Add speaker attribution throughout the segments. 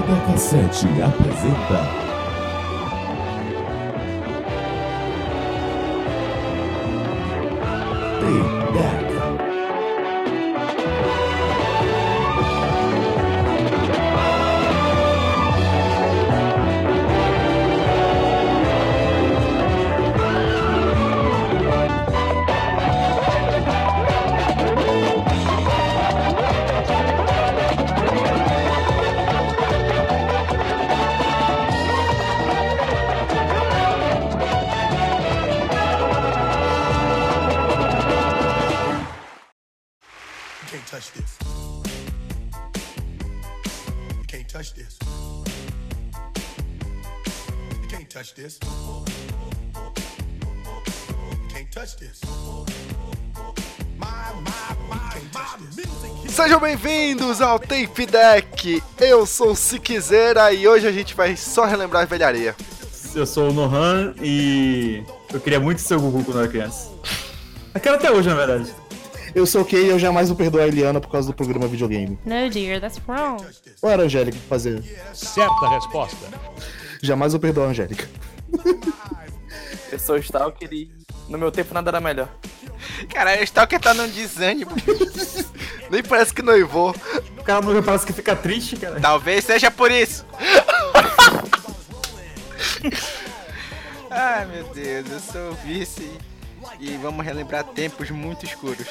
Speaker 1: 97 apresenta. Take That.
Speaker 2: You can't touch this. You can't touch this. You can't touch this. You can't touch this. My, my, my, my music.
Speaker 3: Sejam bem-vindos ao Tape Deck! Eu sou o Siquezeira e hoje a gente vai só relembrar a velharia.
Speaker 4: Eu sou o Nohan e eu queria muito ser o Gugu quando eu era criança. Eu quero até hoje, na verdade.
Speaker 5: Eu sou o Kay e eu jamais vou perdoar a Eliana por causa do programa videogame.
Speaker 6: No, dear, that's wrong.
Speaker 5: Ou era a Angélica que fazia?
Speaker 7: Certa resposta.
Speaker 5: Jamais vou perdoar a Angélica.
Speaker 8: Eu sou Stalker e no meu tempo nada era melhor.
Speaker 3: Cara, o Stalker tá num desânimo. Nem parece que noivou.
Speaker 4: O cara nunca parece que fica triste, cara.
Speaker 3: Talvez seja por isso. Ai meu Deus, eu sou o Vice e vamos relembrar tempos muito escuros.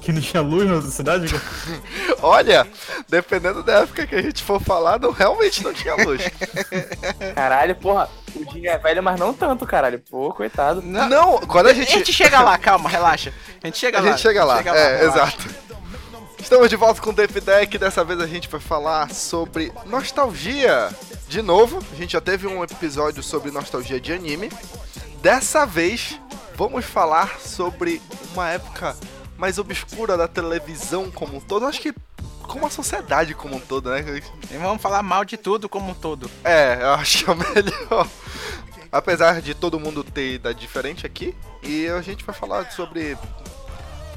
Speaker 4: Que não tinha luz na cidade, cara.
Speaker 3: Olha, dependendo da época que a gente for falar, não, realmente não tinha luz.
Speaker 8: Caralho, porra, o Dinho é velho, mas não tanto, caralho. Pô, coitado.
Speaker 3: Não, quando a
Speaker 9: A
Speaker 3: gente.
Speaker 9: gente chega lá, calma, relaxa. A gente chega
Speaker 3: A
Speaker 9: lá.
Speaker 3: gente chega lá, é,
Speaker 9: relaxa.
Speaker 3: exato. Estamos de volta com o Tape Deck. Dessa vez a gente vai falar sobre nostalgia. De novo, a gente já teve um episódio sobre nostalgia de anime. Dessa vez, vamos falar sobre uma época mais obscura da televisão como um todo. Acho que como a sociedade como um todo, né?
Speaker 9: E vamos falar mal de tudo como um todo.
Speaker 3: É, eu acho que é o melhor. Apesar de todo mundo ter idade diferente aqui, e a gente vai falar sobre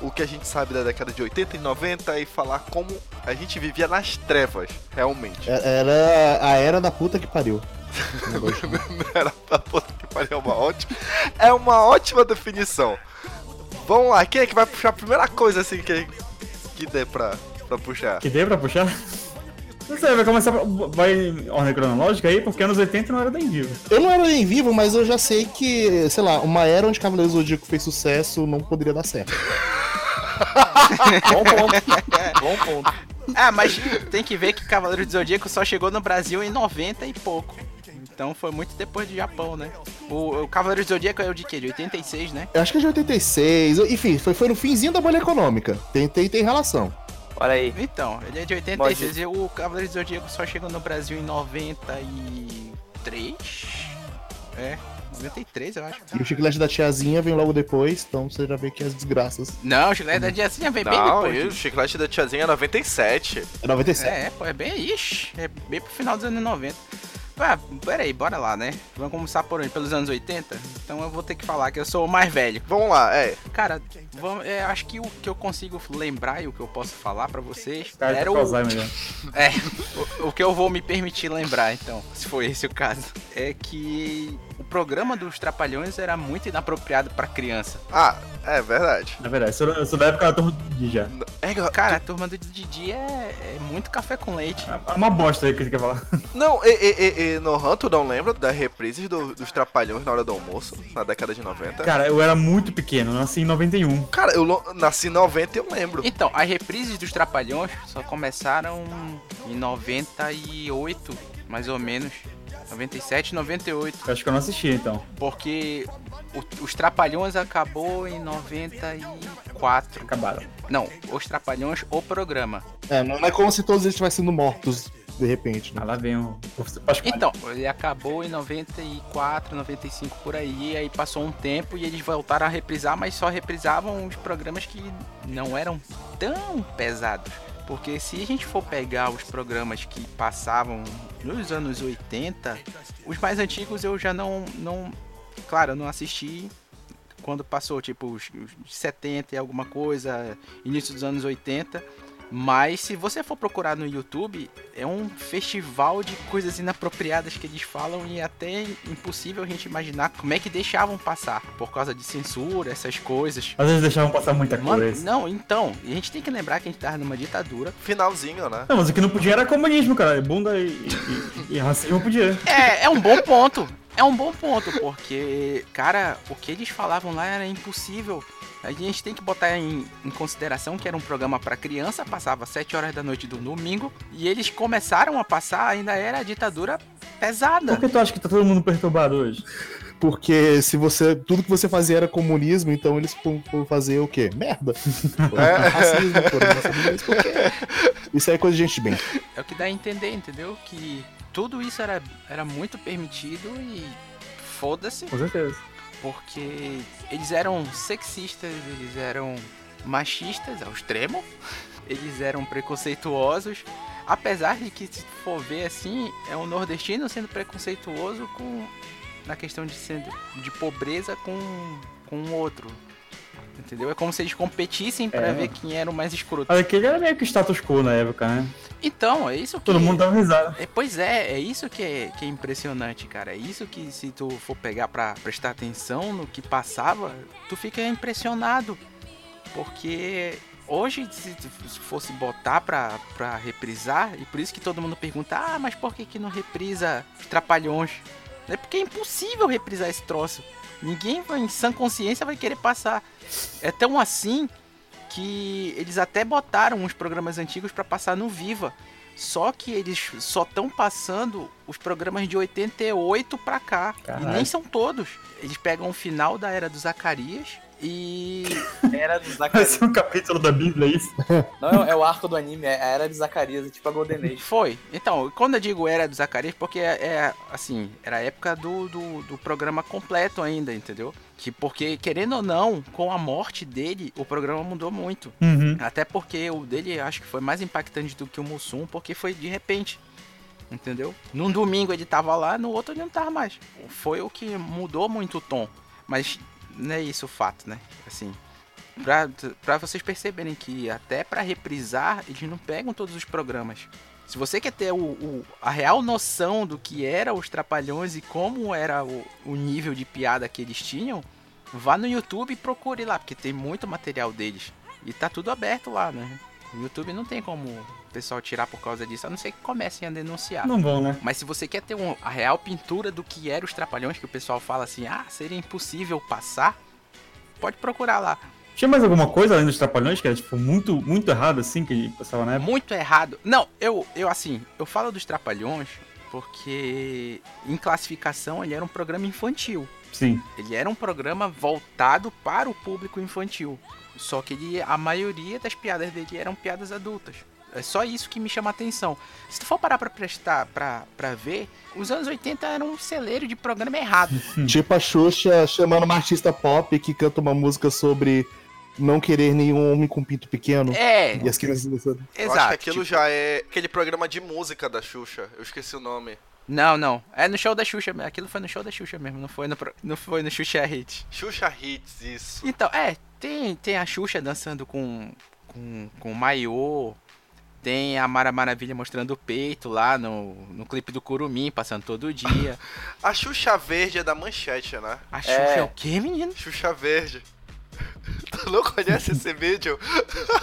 Speaker 3: o que a gente sabe da década de 80 e 90 e falar como a gente vivia nas trevas, realmente.
Speaker 5: É- Era a era da puta que pariu. Não gosto.
Speaker 3: Era pra puta que pariu, uma ótima. É uma ótima definição. Vamos lá, quem é que vai puxar a primeira coisa assim que, que dê pra, pra puxar?
Speaker 4: Que deu pra puxar? Não sei, vai começar. pra- Vai em ordem cronológica aí, porque anos 80 não era nem vivo.
Speaker 5: eu não era nem vivo, mas eu já sei que, sei lá, uma era onde Cavaleiro do Zodíaco fez sucesso não poderia dar certo.
Speaker 8: Bom ponto. Bom ponto.
Speaker 9: Ah, mas tem que ver que Cavaleiro do Zodíaco só chegou no Brasil em 90 e pouco. Então foi muito depois do Japão, né? O, o Cavaleiro do Zodíaco é o de quê? De 86, né?
Speaker 5: Eu acho que é de 86, enfim, foi, foi no finzinho da bolha econômica. Tem, tem, tem relação.
Speaker 8: Olha aí.
Speaker 9: Então, ele é de 86 e o Cavaleiro do Zodíaco só chegou no Brasil em 93? É, 93 eu acho.
Speaker 5: E o chiclete da tiazinha vem logo depois, então você já vê que as desgraças.
Speaker 9: Não, o Chiclete da Diazinha assim, vem é bem
Speaker 3: Não,
Speaker 9: depois.
Speaker 3: e o chiclete da tiazinha é 97.
Speaker 5: É 97.
Speaker 9: É, pô, é bem. Ixi, é bem pro final dos anos 90. Ah, peraí, bora lá, né? Vamos começar por onde? Pelos anos 80? Então eu vou ter que falar que eu sou o mais velho.
Speaker 3: Vamos lá, é.
Speaker 9: Cara, vamos, é, acho que o que eu consigo lembrar e o que eu posso falar pra vocês
Speaker 4: Cara,
Speaker 9: era
Speaker 4: tá com
Speaker 9: o,
Speaker 4: Alzheimer, né?
Speaker 9: é, o, o que eu vou me permitir lembrar, então, se for esse o caso, é que o programa dos Trapalhões era muito inapropriado pra criança.
Speaker 3: Ah, é verdade.
Speaker 4: Na verdade, eu sou- eu sou da época da turma do Didi já.
Speaker 3: É,
Speaker 9: Cara, a turma do Didi é, é muito café com leite.
Speaker 4: É uma bosta aí que você quer falar.
Speaker 3: Não, e, e, e, e no Han, tu não lembra das reprises do- dos Trapalhões na hora do almoço, na década de 90?
Speaker 4: Cara, eu era muito pequeno, eu nasci em 91.
Speaker 3: Cara, eu lo- nasci em 90 e eu lembro.
Speaker 9: Então, as reprises dos Trapalhões só começaram em 98, mais ou menos. 97, 98.
Speaker 4: Eu acho que eu não assisti então.
Speaker 9: Porque o- os Trapalhões acabou em 94.
Speaker 4: Acabaram.
Speaker 9: Não, os Trapalhões, o programa.
Speaker 5: É, não não é como se todos eles estivessem mortos de repente, né?
Speaker 4: Ah, lá vem o professor Pascoal.
Speaker 9: Então, ele acabou em 94, 95 por aí. Aí passou um tempo e eles voltaram a reprisar, mas só reprisavam os programas que não eram tão pesados. Porque se a gente for pegar os programas que passavam nos anos 80, os mais antigos eu já não. não claro, eu não assisti quando passou, tipo, os, os 70 e alguma coisa, início dos anos 80. Mas se você for procurar no YouTube, é um festival de coisas inapropriadas que eles falam e é até impossível a gente imaginar como é que deixavam passar por causa de censura, essas coisas.
Speaker 4: Às vezes deixavam passar muita
Speaker 9: Mano,
Speaker 4: coisa.
Speaker 9: não, então, e a gente tem que lembrar que a gente tava numa ditadura.
Speaker 3: Finalzinho, né?
Speaker 4: Não, mas o que não podia era comunismo, cara. Bunda e, e, e, e racismo podia.
Speaker 9: É, é um bom ponto. É um bom ponto, porque, cara, o que eles falavam lá era impossível. A gente tem que botar em, em consideração que era um programa pra criança, passava 7 horas da noite do domingo, e eles começaram a passar, ainda era a ditadura pesada.
Speaker 4: Por que tu acha que tá todo mundo perturbado hoje?
Speaker 5: Porque se você. Tudo que você fazia era comunismo, então eles foram foram fazer o quê? Merda. Foram Racismo, foram racismo, por quê? Isso aí é coisa de gente de bem.
Speaker 9: É o que dá a entender, entendeu? Que tudo isso era, era muito permitido e foda-se,
Speaker 4: Com certeza.
Speaker 9: porque eles eram sexistas, eles eram machistas ao extremo, eles eram preconceituosos. Apesar de que, se for ver assim, é um nordestino sendo preconceituoso com na questão de sendo de pobreza com com o outro. Entendeu? É como se eles competissem pra
Speaker 4: É.
Speaker 9: ver quem era o mais escroto.
Speaker 4: Mas aquele era meio que status quo na época, né?
Speaker 9: Então, é isso que
Speaker 4: Todo mundo dava risada.
Speaker 9: É, pois é, é isso que é, que é impressionante, cara. É isso que se tu for pegar pra prestar atenção no que passava, tu fica impressionado. Porque hoje, se tu fosse botar pra, pra reprisar, e por isso que todo mundo pergunta, ah, mas por que, que não reprisa os Trapalhões? É porque é impossível reprisar esse troço. Ninguém vai, em sã consciência vai querer passar. É tão assim que eles até botaram uns programas antigos pra passar no Viva. Só que eles só estão passando os programas de 88 pra cá.
Speaker 4: Caralho.
Speaker 9: E nem são todos. Eles pegam o final da era do Zacarias e.
Speaker 8: Era do Zacarias.
Speaker 4: Parece um capítulo da Bíblia isso.
Speaker 8: Não, é o arco do anime, é a era de Zacarias, é tipo a Golden Age.
Speaker 9: Foi. Então, quando eu digo era do Zacarias, porque é, é, assim, era a época do, do, do programa completo ainda, entendeu? Que porque, querendo ou não, com a morte dele, o programa mudou muito.
Speaker 4: Uhum.
Speaker 9: Até porque o dele acho que foi mais impactante do que o Mussum, porque foi de repente. Entendeu? Num domingo ele tava lá, no outro ele não tava mais. Foi o que mudou muito o tom. Mas não é isso o fato, né? Assim. Pra, pra vocês perceberem que até pra reprisar, eles não pegam todos os programas. Se você quer ter o, o- a real noção do que era os Trapalhões e como era o, o nível de piada que eles tinham, vá no YouTube e procure lá, porque tem muito material deles. E tá tudo aberto lá, né? O YouTube não tem como o pessoal tirar por causa disso, a não ser que comecem a denunciar.
Speaker 4: Não vão, né?
Speaker 9: Mas se você quer ter um- a real pintura do que eram os trapalhões, que o pessoal fala assim, ah, seria impossível passar, pode procurar lá.
Speaker 4: Tinha mais alguma coisa além dos Trapalhões que era, tipo, muito, muito errado, assim, que passava na
Speaker 9: É
Speaker 4: época?
Speaker 9: muito errado. Não, eu, eu assim, eu falo dos trapalhões porque em classificação ele era um programa infantil.
Speaker 4: Sim.
Speaker 9: Ele era um programa voltado para o público infantil. Só que ele, a maioria das piadas dele eram piadas adultas. É só isso que me chama a atenção. Se tu for parar pra prestar, pra, pra ver, os anos 80 eram um celeiro de programa errado.
Speaker 5: Tipo a Xuxa chamando uma artista pop que canta uma música sobre não querer nenhum homem com pinto pequeno.
Speaker 9: É,
Speaker 5: E as crianças dançando.
Speaker 3: Eu acho que
Speaker 9: exato.
Speaker 3: aquilo
Speaker 9: tipo-
Speaker 3: já é aquele programa de música da Xuxa. Eu esqueci o nome.
Speaker 9: Não, não. É no show da Xuxa mesmo. Aquilo foi no show da Xuxa mesmo, não foi no, pro- não foi no Xuxa Hit.
Speaker 3: Xuxa Hits, isso.
Speaker 9: Então, é, tem, tem a Xuxa dançando com, com, com o maiô, tem a Mara Maravilha mostrando o peito lá no, no clipe do Curumim, passando todo dia.
Speaker 3: A Xuxa Verde é da Manchete, né?
Speaker 9: A Xuxa é, o quê, menino?
Speaker 3: Xuxa Verde. tu não conhece esse vídeo?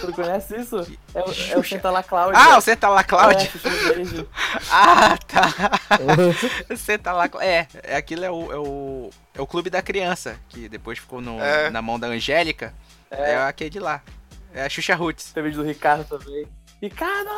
Speaker 8: Tu conhece isso? É, o- é o
Speaker 9: Xuxa.
Speaker 8: Senta lá, Cláudia.
Speaker 9: Ah, o Senta Lá
Speaker 8: É,
Speaker 9: Cláudia.
Speaker 8: Xuxa Verde.
Speaker 9: Ah, tá. Senta Lá Cláudia. É, é, aquilo é o, é, o, é o Clube da Criança, que depois ficou no,
Speaker 3: É.
Speaker 9: na mão da Angélica. É. aquele de lá. É a Xuxa Roots.
Speaker 8: Tem vídeo do Ricardo também. Ricardo!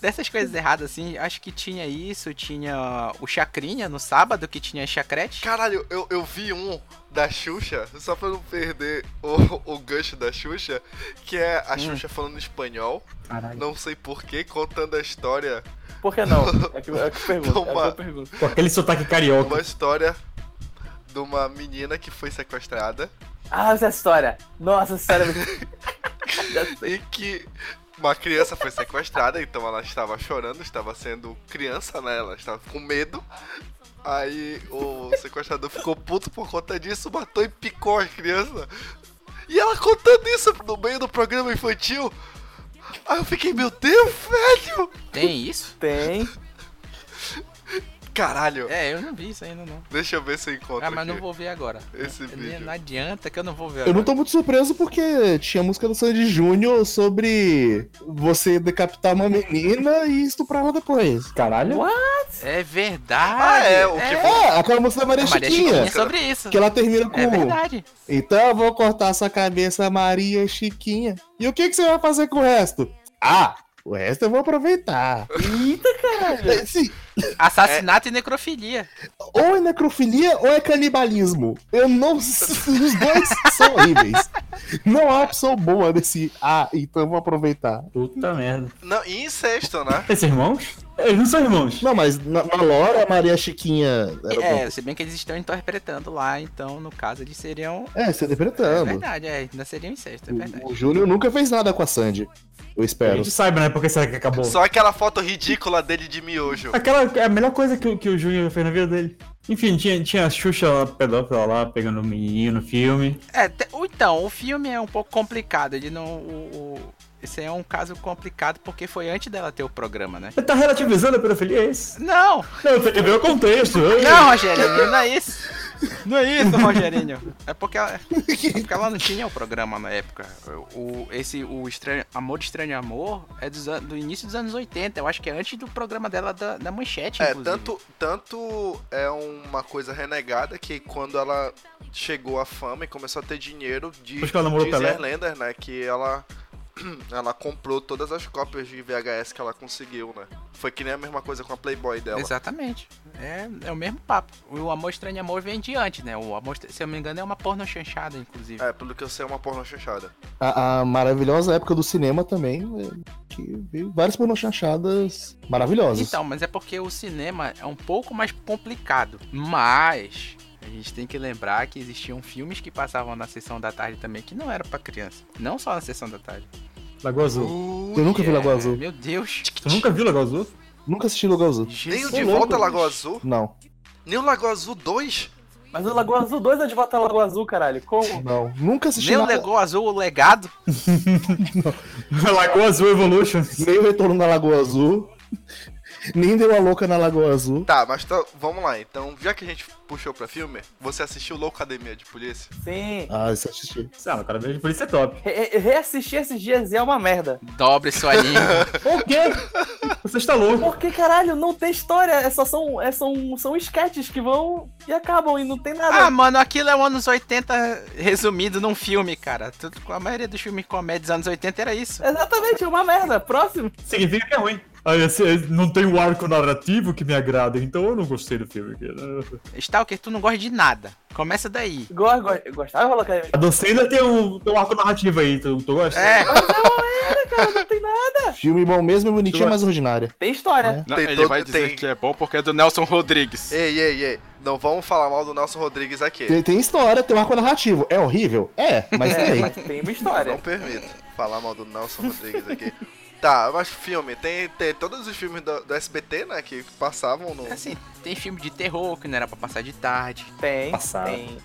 Speaker 9: Dessas coisas erradas, assim, acho que tinha isso, tinha o Chacrinha no sábado, que tinha chacrete.
Speaker 3: Caralho, eu, eu vi um da Xuxa, só pra não perder o, o gancho da Xuxa, que é a Xuxa falando espanhol,
Speaker 4: Caralho.
Speaker 3: não sei porquê, contando a história,
Speaker 8: Por que não? É o que, é o que eu pergunto. É o que eu pergunto.
Speaker 4: Com aquele sotaque carioca.
Speaker 3: uma história de uma menina que foi sequestrada
Speaker 8: Ah, essa história. Nossa, essa história. é muito-
Speaker 3: e que uma criança foi sequestrada, então ela estava chorando, estava sendo criança, né? Ela estava com medo. Aí o sequestrador ficou puto por conta disso, matou e picou a criança. E ela contando isso no meio do programa infantil. Aí eu fiquei, meu Deus, velho!
Speaker 9: Tem isso?
Speaker 8: Tem.
Speaker 3: Caralho,
Speaker 9: É, eu não vi isso ainda não.
Speaker 3: deixa eu ver se eu encontro.
Speaker 9: Ah, mas não
Speaker 3: aqui.
Speaker 9: vou ver agora.
Speaker 3: Esse
Speaker 9: Nem-
Speaker 3: vídeo.
Speaker 9: Não adianta que eu não vou ver
Speaker 5: Eu
Speaker 9: agora.
Speaker 5: não tô muito surpreso porque tinha música do Sandy Júnior sobre você decapitar uma menina e estuprar ela depois.
Speaker 4: Caralho.
Speaker 9: É verdade.
Speaker 3: Ah, é, o que foi?
Speaker 5: É, aquela música da Maria,
Speaker 9: A Maria
Speaker 5: Chiquinha.
Speaker 9: Chiquinha é sobre isso.
Speaker 5: Que ela termina com.
Speaker 9: É verdade.
Speaker 5: Então eu vou cortar sua cabeça, Maria Chiquinha. E o que, que você vai fazer com o resto? Ah, o resto eu vou aproveitar.
Speaker 8: Eita, caralho.
Speaker 5: É, Sim,
Speaker 9: Assassinato e necrofilia.
Speaker 5: ou é necrofilia ou é canibalismo. Eu não. Os dois são horríveis. Não há opção boa desse. Ah, então eu vou aproveitar.
Speaker 4: Puta merda.
Speaker 3: Não, e incesto, né?
Speaker 4: Esses irmãos? Eles não são irmãos.
Speaker 5: Não, mas na, na lore a Maria Chiquinha. Era
Speaker 9: É, se bem que eles estão interpretando lá, então no caso eles seriam.
Speaker 5: É, você
Speaker 9: É
Speaker 5: interpretando.
Speaker 9: verdade, é, ainda seriam incesto, é verdade.
Speaker 5: o, o Júnior nunca fez nada com a Sandy. Eu
Speaker 4: A
Speaker 5: espero.
Speaker 4: gente sabe, né? Porque será que acabou?
Speaker 3: Só aquela foto ridícula dele de miojo.
Speaker 4: Aquela é a melhor coisa que, o- que o Júnior fez na vida dele. Enfim, tinha, tinha a Xuxa lá, pedófila lá, pegando o menino no filme.
Speaker 9: É, te- o- então, o filme é um pouco complicado, ele não. O, o- esse aí é um caso complicado porque foi antes dela ter o programa, né?
Speaker 4: Você tá relativizando a pedofilia, é isso?
Speaker 9: Não!
Speaker 4: Não, tem que ver o contexto.
Speaker 9: Não, Rogerinho, não é isso! Não é isso, Rogerinho! É porque ela, é porque ela não tinha o programa na época. O, esse, o Estranho- Amor de Estranho Amor é dos an- do início dos anos 80, eu acho que é antes do programa dela da, da manchete,
Speaker 3: É,
Speaker 9: inclusive.
Speaker 3: tanto, tanto é uma coisa renegada que quando ela chegou à fama e começou a ter dinheiro, de
Speaker 4: Depois que ela namorou o
Speaker 3: dizem
Speaker 4: Pelé.
Speaker 3: as lendas, né? Que ela, ela comprou todas as cópias de VHS que ela conseguiu, né? Foi que nem a mesma coisa com a Playboy dela.
Speaker 9: Exatamente. É, é o mesmo papo. O Amor Estranho Amor vem diante, né? O Amor, Estranho- se eu não me engano, é uma porno chanchada, inclusive.
Speaker 3: É, pelo que eu sei, é uma porno chanchada.
Speaker 5: A, a maravilhosa época do cinema também. é, Que veio várias pornochanchadas maravilhosas.
Speaker 9: Então, mas é porque o cinema é um pouco mais complicado. Mas a gente tem que lembrar que existiam filmes que passavam na sessão da tarde também que não eram pra criança. Não só na sessão da tarde.
Speaker 4: Lagoa Azul.
Speaker 5: Eu nunca vi
Speaker 9: Yeah,
Speaker 5: Lagoa Azul.
Speaker 9: Meu Deus.
Speaker 4: Tu nunca viu Lagoa Azul?
Speaker 5: Nunca assisti Logo Azul.
Speaker 3: Nem o
Speaker 9: Jesus.
Speaker 3: De
Speaker 5: louco,
Speaker 3: Volta à Lagoa Azul?
Speaker 5: Não,
Speaker 3: Nem o Lagoa Azul 2?
Speaker 8: Mas o Lagoa Azul 2 é de volta ao Lagoa Azul, caralho. Como?
Speaker 5: não. Nunca assisti
Speaker 9: Nem o
Speaker 5: nada.
Speaker 9: Lagoa Azul, o legado.
Speaker 4: Lagoa Azul Evolution.
Speaker 5: Nem o retorno na Lagoa Azul. Nem deu a louca na Lagoa Azul.
Speaker 3: Tá, mas tá- vamos lá. Então, já que a gente puxou pra filme, você assistiu Loucademia de Polícia?
Speaker 8: Sim.
Speaker 5: Ah, isso eu assisti.
Speaker 4: Sei lá, cara, vejo por isso é top.
Speaker 8: Re- re- Reassistir esses dias e é uma merda.
Speaker 9: Dobre sua língua.
Speaker 4: O quê? Você está louco.
Speaker 8: Porque, caralho, não tem história. É só são, é, são, são sketches que vão e acabam e não tem
Speaker 9: ah,
Speaker 8: nada.
Speaker 9: mano, aquilo é o anos 80 resumido num filme, cara. Tudo- A maioria dos filmes de comédia dos anos 80 era isso.
Speaker 8: Exatamente, é uma merda. Próximo.
Speaker 4: Significa que é ruim. Ah, esse- esse não tem um arco narrativo que me agrada, então eu não gostei do filme. cara.
Speaker 9: Stalker, tu não gosta de nada. Começa daí.
Speaker 8: Go, go, gostava de colocar ele.
Speaker 4: A Dan Sandler tem um, tem um arco narrativo aí, tu, tu gosta?
Speaker 9: É,
Speaker 8: Não tem nada.
Speaker 5: Filme bom mesmo, é bonitinho, mas ordinária.
Speaker 8: Tem história.
Speaker 3: Tem todo- tem-
Speaker 6: é bom porque é do Nelson Rodrigues.
Speaker 3: Ei, ei, ei. Não vamos falar mal do Nelson Rodrigues aqui.
Speaker 5: Tem, tem história, tem um arco narrativo. É horrível? É, mas
Speaker 8: É,
Speaker 5: tem.
Speaker 8: mas tem uma
Speaker 3: Não
Speaker 8: história.
Speaker 3: permito falar mal do Nelson Rodrigues aqui. Tá, mas filme, tem, tem todos os filmes do, do SBT, né, que passavam no...
Speaker 9: assim, tem filme de terror que não era pra passar de tarde.
Speaker 8: Tem,
Speaker 4: Passado.
Speaker 8: tem.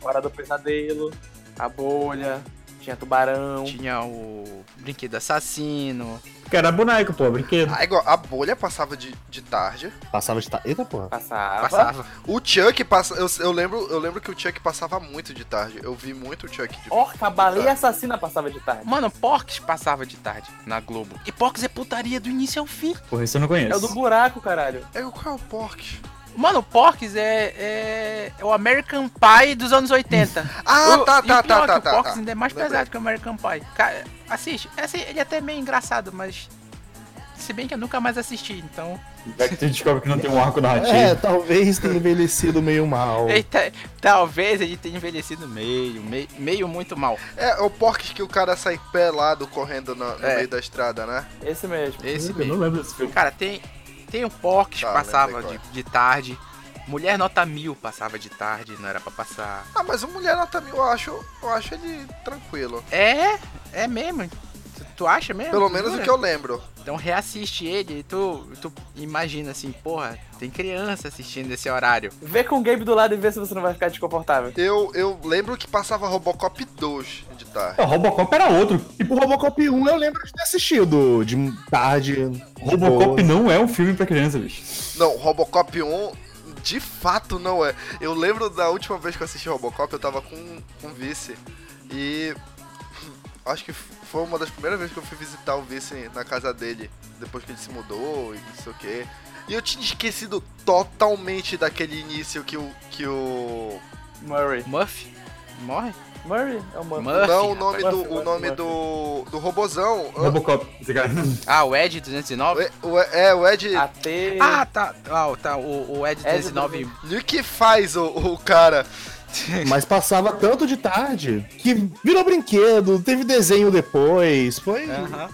Speaker 8: Hora do Pesadelo, A Bolha, tinha Tubarão.
Speaker 3: Então
Speaker 9: Tinha o Brinquedo Assassino.
Speaker 4: Cara, é boneco, pô, brinquedo.
Speaker 3: Ah, igual, a Bolha passava de, de tarde,
Speaker 5: Passava de. ta- Eita porra.
Speaker 8: Passava.
Speaker 9: Passava.
Speaker 3: o Chuck passa... Eu, eu, lembro, eu lembro que o Chuck passava muito de tarde, eu vi muito o Chuck de...
Speaker 8: Orca, Baleia Assassina passava de tarde.
Speaker 9: Mano, Porcs passava de tarde na Globo. E Porcs é putaria do início ao fim.
Speaker 4: Porra, isso eu não conheço.
Speaker 8: É o do buraco, caralho.
Speaker 3: É, qual é o Pork?
Speaker 9: Mano, Porcs é, é, é o American Pie dos anos 80.
Speaker 3: Ah,
Speaker 9: O-
Speaker 3: tá,
Speaker 9: e
Speaker 3: tá, tá,
Speaker 9: o pior é
Speaker 3: tá,
Speaker 9: que O
Speaker 3: tá,
Speaker 9: Porcs
Speaker 3: tá.
Speaker 9: ainda é mais
Speaker 3: Lembrei.
Speaker 9: pesado que o American Pie. Cara, assiste. É assim, ele é até meio engraçado, mas... Se bem que eu nunca mais assisti, então...
Speaker 4: Já que tu descobre que não tem um arco narrativo.
Speaker 5: É, talvez tenha envelhecido meio mal.
Speaker 9: Eita, talvez ele tenha envelhecido meio, meio, meio muito mal.
Speaker 3: É, é o Pork que o cara sai pelado correndo na- no
Speaker 9: É.
Speaker 3: meio da estrada, né?
Speaker 8: Esse mesmo.
Speaker 9: Esse
Speaker 4: Eu
Speaker 9: mesmo.
Speaker 4: não lembro desse filme.
Speaker 9: Cara, tem, tem o Porcs
Speaker 3: Tá,
Speaker 9: passava
Speaker 3: lembrei
Speaker 9: de, de tarde. Mulher Nota Mil passava de tarde, não era pra passar.
Speaker 3: Ah, mas o Mulher Nota Mil, eu acho, eu acho ele tranquilo.
Speaker 9: É, é mesmo. Tu acha mesmo?
Speaker 3: Pelo
Speaker 9: Tu
Speaker 3: menos o
Speaker 9: jura?
Speaker 3: que eu lembro.
Speaker 9: Então reassiste ele e tu, tu imagina assim, porra, tem criança assistindo esse horário.
Speaker 8: Vê com o Gabe do lado e vê se você não vai ficar desconfortável.
Speaker 3: Eu, eu lembro que passava Robocop 2 de tarde.
Speaker 4: O É, Robocop era outro.
Speaker 5: Tipo, Robocop 1 eu lembro de ter assistido de tarde. de
Speaker 4: Robocop
Speaker 5: boa.
Speaker 4: não é um filme pra criança, bicho.
Speaker 3: Não, Robocop 1 de fato não é. Eu lembro da última vez que eu assisti Robocop, eu tava com, com o vice. E acho que foi uma das primeiras vezes que eu fui visitar o vice na casa dele, depois que ele se mudou e não sei o quê. E eu tinha esquecido totalmente daquele início que o. que o.
Speaker 8: Murray.
Speaker 9: Muff? Morre?
Speaker 8: Murray é o Murray.
Speaker 9: Murray. Murphy,
Speaker 3: não, o nome
Speaker 8: rapaz.
Speaker 3: do. o nome do. do robozão.
Speaker 4: Robocop, esse cara.
Speaker 9: Ah, o Ed 209?
Speaker 3: O- o- é, o Ed.
Speaker 8: AT.
Speaker 9: Ah, tá. Ah, tá. O, o Ed 209
Speaker 3: E o que faz o, o cara?
Speaker 5: Mas passava tanto de tarde que virou brinquedo, teve desenho depois. Foi.
Speaker 9: Aham.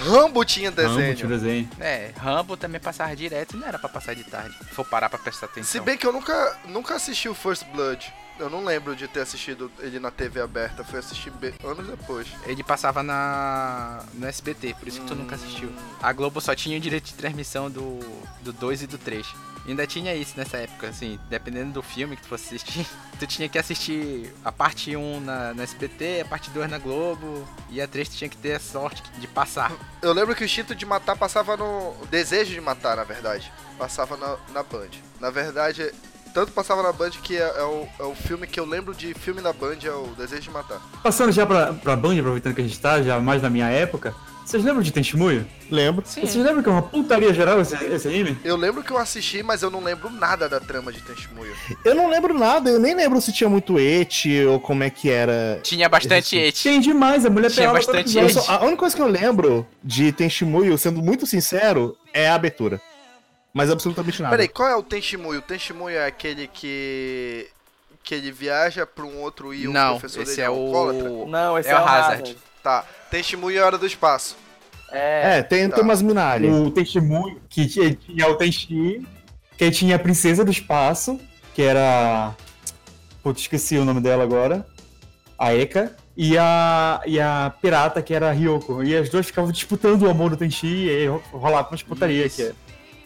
Speaker 3: Rambo tinha
Speaker 4: Não,
Speaker 3: desenho.
Speaker 4: tira desenho.
Speaker 9: É, Rambo também passava direto e não era pra passar de tarde. Se for parar pra prestar atenção.
Speaker 3: Se bem que eu nunca, nunca assisti o First Blood. Eu não lembro de ter assistido ele na TV aberta. Fui assistir be- anos depois.
Speaker 9: Ele passava na no SBT, por isso que tu nunca assistiu. A Globo só tinha o direito de transmissão do, do 2 e do 3. Ainda tinha isso nessa época, assim, dependendo do filme que tu fosse assistir, tu tinha que assistir a parte 1 na, na SBT, a parte 2 na Globo, e a 3 tu tinha que ter a sorte de passar.
Speaker 3: Eu lembro que o instinto de matar passava no. O desejo de matar, na verdade. Passava na, na Band. Na verdade, tanto passava na Band que é, é o, é o filme que eu lembro de filme na Band é o Desejo de Matar.
Speaker 4: Passando já pra, pra Band, aproveitando que a gente tá, já mais na minha época. Vocês lembram de Tenshimuyo?
Speaker 5: Lembro.
Speaker 4: Vocês lembram que é uma putaria geral esse, esse anime?
Speaker 3: Eu lembro que eu assisti, mas eu não lembro nada da trama de Tenshimuyo.
Speaker 5: Eu não lembro nada, eu nem lembro se tinha muito et ou como é que era.
Speaker 9: Tinha bastante et.
Speaker 4: Tinha demais, a mulher
Speaker 9: Tinha
Speaker 4: pelava todo
Speaker 9: bastante
Speaker 5: Eu
Speaker 4: episódio.
Speaker 5: só- a única coisa que eu lembro de Tenshimuyo, sendo muito sincero, é a abertura. Mas absolutamente
Speaker 9: Tá
Speaker 5: nada.
Speaker 3: Peraí, qual é o Tenshimuyo? O Tenshimuyo é aquele que. que ele viaja pra um outro e o
Speaker 9: Não,
Speaker 3: professor
Speaker 9: esse
Speaker 3: dele um
Speaker 9: é
Speaker 3: alcoólatra?
Speaker 9: o...
Speaker 8: Não, esse
Speaker 9: É
Speaker 8: é,
Speaker 9: o
Speaker 8: o Hazard.
Speaker 9: Hazard.
Speaker 3: Tá, Tenshimuyo é Hora do Espaço.
Speaker 8: É.
Speaker 5: É, tem,
Speaker 3: Tá.
Speaker 5: tem umas minalhas.
Speaker 4: o testemunho, que tinha, tinha o Tenchi, que tinha a princesa do espaço, que era. Putz, esqueci o nome dela agora. A Eka. E a, e a pirata, que era a Ryoko. E as duas ficavam disputando o amor do Tenchi e aí ro- rolava umas putaria que,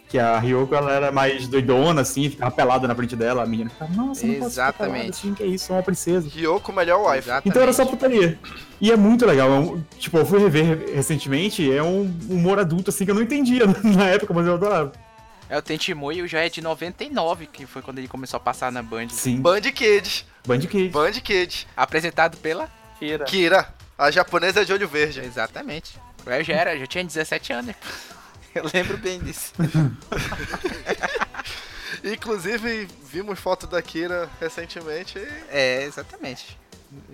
Speaker 4: que a Ryoko ela era mais doidona, assim, ficava pelada na frente dela, a menina ficava, nossa, não posso ficar pelada
Speaker 9: Exatamente.
Speaker 4: assim, que isso, é uma princesa.
Speaker 3: Ryoko, melhor wife.
Speaker 9: Exatamente.
Speaker 4: Então era só putaria. E é muito legal. é um- tipo, eu fui rever recentemente, é um humor adulto assim que eu não entendia na época, mas eu adorava.
Speaker 9: É o Tentimoio já é de 99, que foi quando ele começou a passar na Band.
Speaker 4: Sim.
Speaker 3: Band Kids.
Speaker 4: Band Kids.
Speaker 3: Band Kids.
Speaker 9: Apresentado pela...
Speaker 8: Tira.
Speaker 3: Kira. A japonesa é de olho verde.
Speaker 9: Exatamente. Eu já era, eu já tinha 17 anos. Eu lembro bem disso.
Speaker 3: Inclusive, vimos foto da Kira recentemente e
Speaker 9: É, exatamente.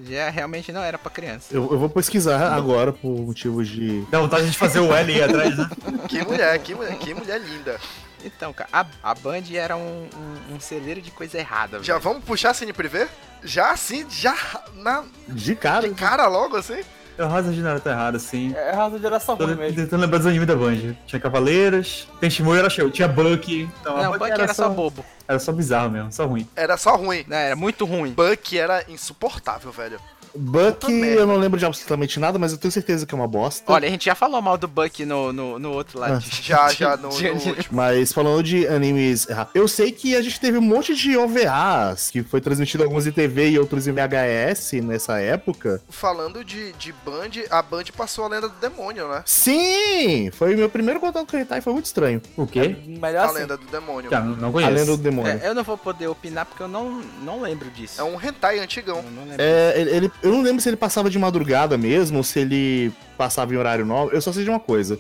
Speaker 9: Já realmente não era pra criança.
Speaker 5: Eu, eu vou pesquisar agora por motivos de.
Speaker 4: Dá vontade de fazer o L aí atrás, né?
Speaker 3: que mulher, que mulher, que mulher linda.
Speaker 9: Então, cara, a, a Band era um, um, um celeiro de coisa errada,
Speaker 3: Já
Speaker 9: velho.
Speaker 3: vamos puxar Cine Privé? Já assim, já na
Speaker 5: De cara.
Speaker 3: de cara logo assim?
Speaker 4: Eu razão de nada tá errado, assim.
Speaker 8: É Hazard era só
Speaker 4: Tô
Speaker 8: ruim mesmo.
Speaker 4: tentando lembrar dos animes da Band. Tinha Cavaleiros, tem Shimura era show, tinha Bucky. Então, a
Speaker 9: Não, o Buck era
Speaker 3: um
Speaker 9: só bobo.
Speaker 4: Era só bizarro mesmo, só ruim.
Speaker 3: Era só ruim.
Speaker 9: Não, era muito ruim.
Speaker 3: Buck era insuportável, velho.
Speaker 5: Buck,
Speaker 3: Puta merda.
Speaker 5: eu não lembro de absolutamente nada, mas eu tenho certeza que é uma bosta.
Speaker 9: Olha, a gente já falou mal do Buck no, no, no outro lado.
Speaker 3: Já, já, no,
Speaker 9: de-
Speaker 3: no
Speaker 9: de-
Speaker 3: último.
Speaker 5: Mas falando de animes errados, eu sei que a gente teve um monte de OVAs que foi transmitido alguns em TV e outros em VHS nessa época.
Speaker 3: Falando de, de Band, a Band passou a lenda do demônio, né?
Speaker 5: Sim! Foi meu primeiro contato com o Hentai, foi muito estranho.
Speaker 4: O quê?
Speaker 8: Melhor
Speaker 3: A
Speaker 8: assim.
Speaker 3: lenda do demônio.
Speaker 4: Já, não, não
Speaker 5: A
Speaker 4: conheço.
Speaker 5: Lenda do Demônio.
Speaker 9: É, eu não vou poder opinar porque eu não, não lembro disso.
Speaker 3: É um hentai antigão.
Speaker 9: Eu não lembro.
Speaker 5: É, ele, ele- eu não lembro se ele passava de madrugada mesmo, ou se ele passava em horário novo. Eu só sei de uma coisa.